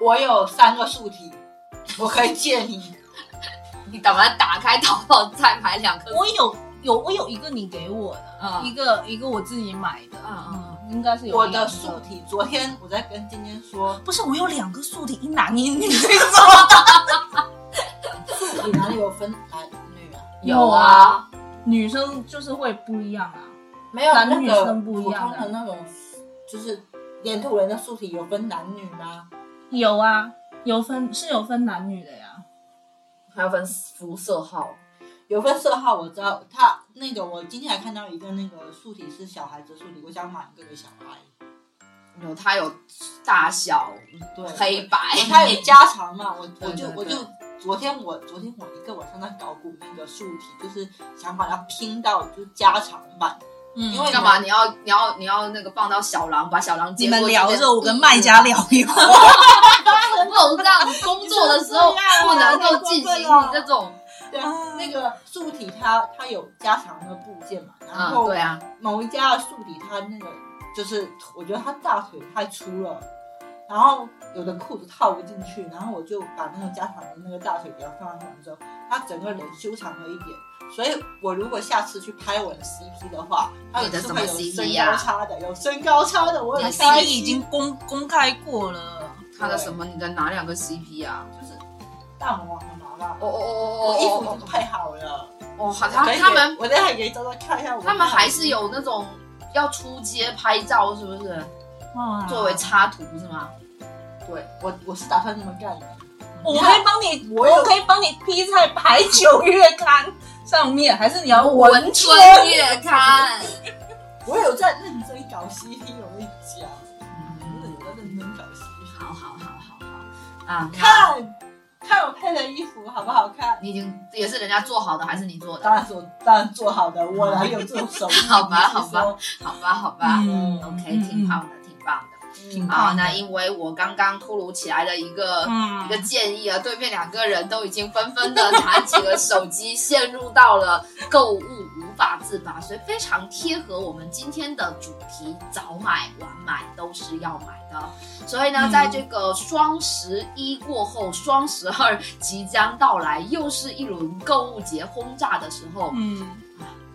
我有三个竖体，我可以借 你。
你打算打开淘宝再买两 个？
我有有我有一个你给我的，
嗯
一个一个我自己买的，
嗯嗯
应该是有
我
两
的
个
竖体，昨天我在跟尖尖说，
不是，我有两个宿敌，一男一女，这种
竖体哪里有分男女啊？
有啊，
女生就是会不一样啊。
没有，
男
那
女
个
生不一样
普
的
通的那种，啊就是粘土人的竖体有分男女吗？
有啊，有分是有分男女的呀。
还要分肤色号。
有分色号我知道，他那个我今天还看到一个那个竖体是小孩子竖体，我想买一个给小孩。
有它有大小、
对，哎
黑白，
他也加长嘛，我我
对
就
对
我就
对
昨天我昨天我一个晚上在搞古那个竖体，就是想把它拼到就是加长版，
嗯
因为
干嘛？你要你要你要那个放到小狼，把小狼
你
接过
们
去
聊
变
着，我跟卖家 聊一 会儿。
不能这样子工作的时候
你就是这样啊
不能够进行你这种
对
啊
啊，那个竖体它它有加长的部件嘛，然
嗯，
后
对啊，
某一家的竖体它那个就是我觉得它大腿太粗了，然后有的裤子套不进去，然后我就把那个加长的那个大腿给它放上去之后，它整个人修长了一点。所以我如果下次去拍我的 CP 的话，它
你的
也是
什
会
么
有
CP
身
呀
高差的，有身高差的，我
你
有
的
差
C 已经公公开过了，
他的什么？你的哪两个 CP 啊？
就是大魔王和麻辣，
哦哦
我
哦
衣服
哦
已经配好了，
哦哦，好，他
可以给
他们
我待会给大家看一下我的
他们还是有那种要出街拍照，是不是？
哇
作为插图是吗？
对我我是打算这么干的。
我可以帮你，
我
我
有
可以帮你批在《排九月刊》上面，还是你要啊文
春
春？
月刊，
我有在认真搞 CP，我跟你讲，真的有在认真搞 CP。
好好好好好啊！那
看，看我配的衣服好不好看？
你已经也是人家做好的，还是你做的
当？然是我当然做好的，我哪有这种手艺？
好吧
你是
好吧
说，
好吧，好吧、
嗯
o k
嗯
挺棒的，挺棒的。
嗯
好，那因为我刚刚突如其来的一个、
嗯
一个建议啊，对面两个人都已经纷纷的拿起了手机，陷入到了购物无法自拔，所以非常贴合我们今天的主题：早买晚买都是要买的。所以呢，
嗯
在这个双十一过后，双十二 即将到来，又是一轮购物节轰炸的时候、
嗯，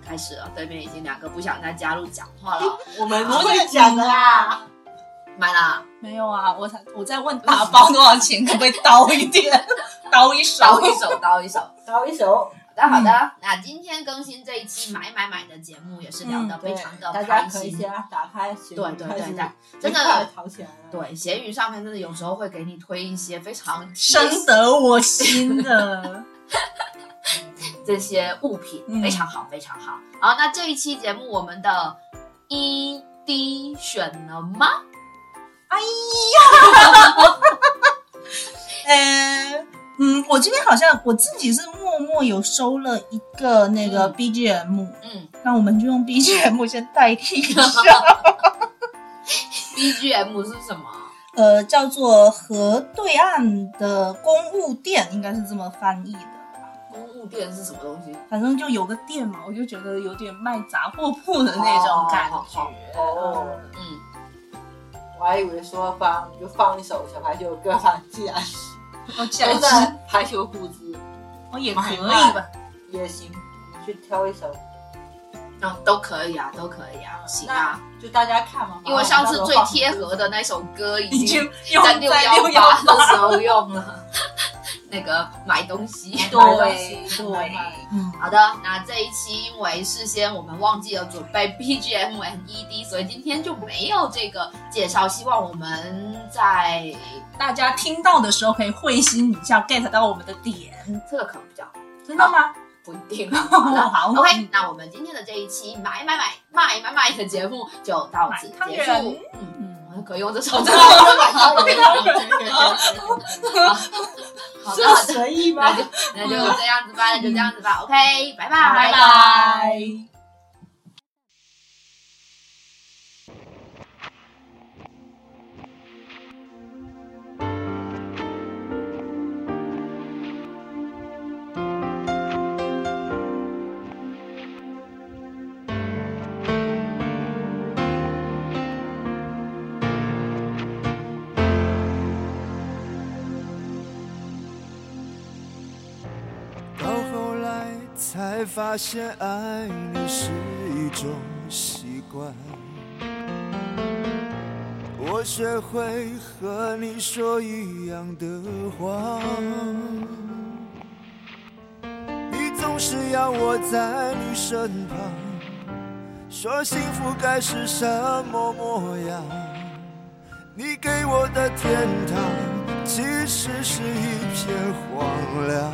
开始了。对面已经两个不想再加入讲话了，
我们不会讲的啦。
买啦，
没有啊，我才我在问打包多少钱，可不可以刀一 点，刀一手？
刀一手，刀一手。
搞一手，
好的，好
嗯
的。那今天更新这一期买买买的节目也是聊得非常的
嗯
开
大家可以
心。
先打开，对
对对对对，真
一块
的
儿吵起来了。
对，闲鱼上面真的有时候会给你推一些非常贴
深得我心啊的。
这些物品，
嗯
非常好，非常好。好，那这一期节目我们的 ED 选了吗？
呃，嗯，我今天好像我自己是默默有收了一个那个
嗯
BGM，、
嗯
那我们就用 BGM 先代替一下。
BGM 是什么？
呃，叫做河对岸的公务店，应该是这么翻译的吧。
公务店是什么东西？
反正就有个店嘛，我就觉得有点卖杂货铺的那种感觉。
哦，
嗯，
我还以为说放就放一首小排球歌，反正既然
我起来
都
吃，
在排球故事
我也可以吧。
也行，你去挑一首，
嗯，都可以啊，都可以啊，行啊。
就大家看嘛。
因为上次最贴合的那首歌已
已经
经
用
在
在
六
六
幺八
幺
的时候用了， 那个买东西。
对对，
嗯，
好的，那这一期因为事先我们忘记了准备 BGM and ED，所以 E 今天就没有这个介绍。希望我们在
大家听到的时候可以会心一笑，get 到我们的点。
这个可能比较
真的吗？
不一定。好了
好
，OK，那我们今天的这一期买买买卖买买的节目就到此
买汤
结
圆
束。嗯，
嗯，
可以用这首歌买汤圆。 好的，好的。
随意吗
那？就那就这样子吧，那就这样子吧。OK，拜拜，
拜拜。
到后来才发现，爱你是一种习惯。我学会和你说一样的话，你总是要我在你身旁，说幸福该是什么模样。你给我的天堂，其实是一片荒凉。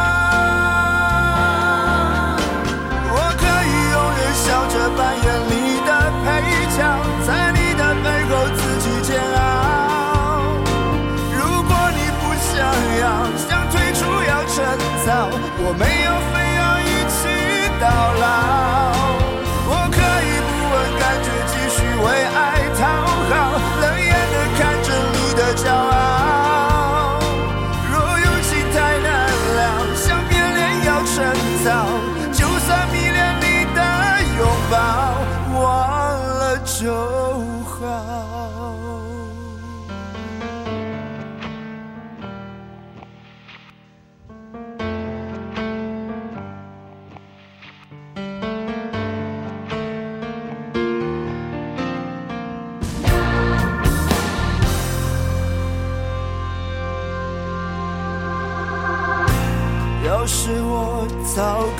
我可以永远笑着扮演你的配角，在你的背后自己煎熬。如果你不想要，想退出要趁早，我没有非要一起到老。我可以不问感觉，继续为爱讨好，冷眼的看着你的骄傲。若友情太难了，想变脸要趁早，就算迷恋你的拥抱，忘了就好。要是我早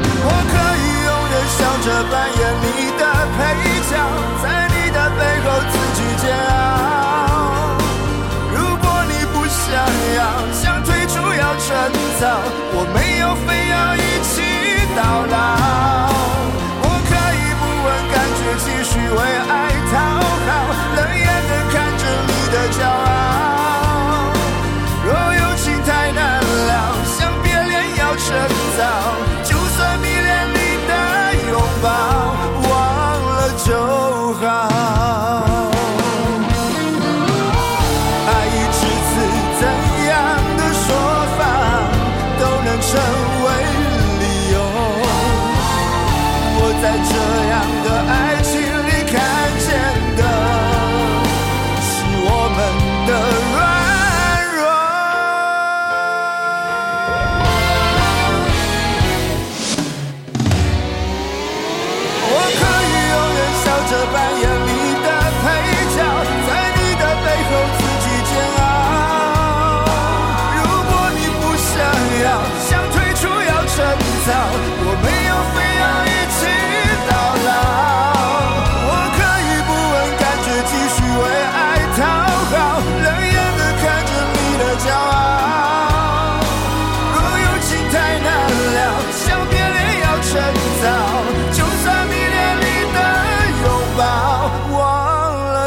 我可以永远笑着扮演你的配角，在你的背后自己煎熬。如果你不想要，想退出要趁早，我没有非要一起到老。我可以不问感觉，继续为爱讨好，冷眼的看着你的骄傲。若友情太难了，想变脸要趁早，就算迷恋你的拥抱，忘了就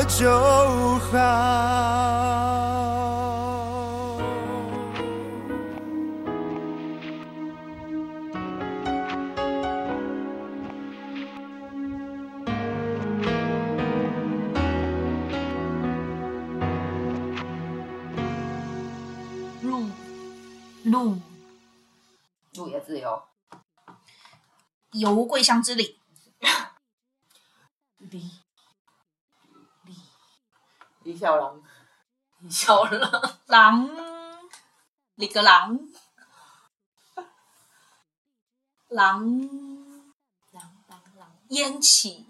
就好。
路路
路也自由，
游桂香之里，
李
李小龙，
小了，
狼里格狼，狼
狼狼狼，
烟 起，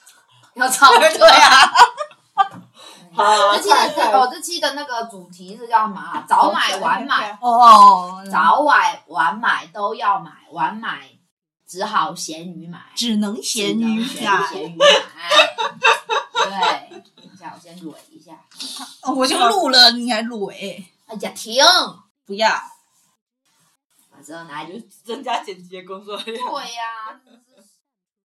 要唱对啊，
好
这期的哦，这期的那个主题是叫什么啊？早买嗯晚买，
哦，
早买晚买都要买，晚买只好咸鱼买，
只能咸
只能
鱼
咸
呀，
咸鱼买。对，等一下我先蕊一下。
哦我就录了，你还录哎，
哎呀，停！
不要，
反正拿就
增加剪辑的工作量。
对呀、真是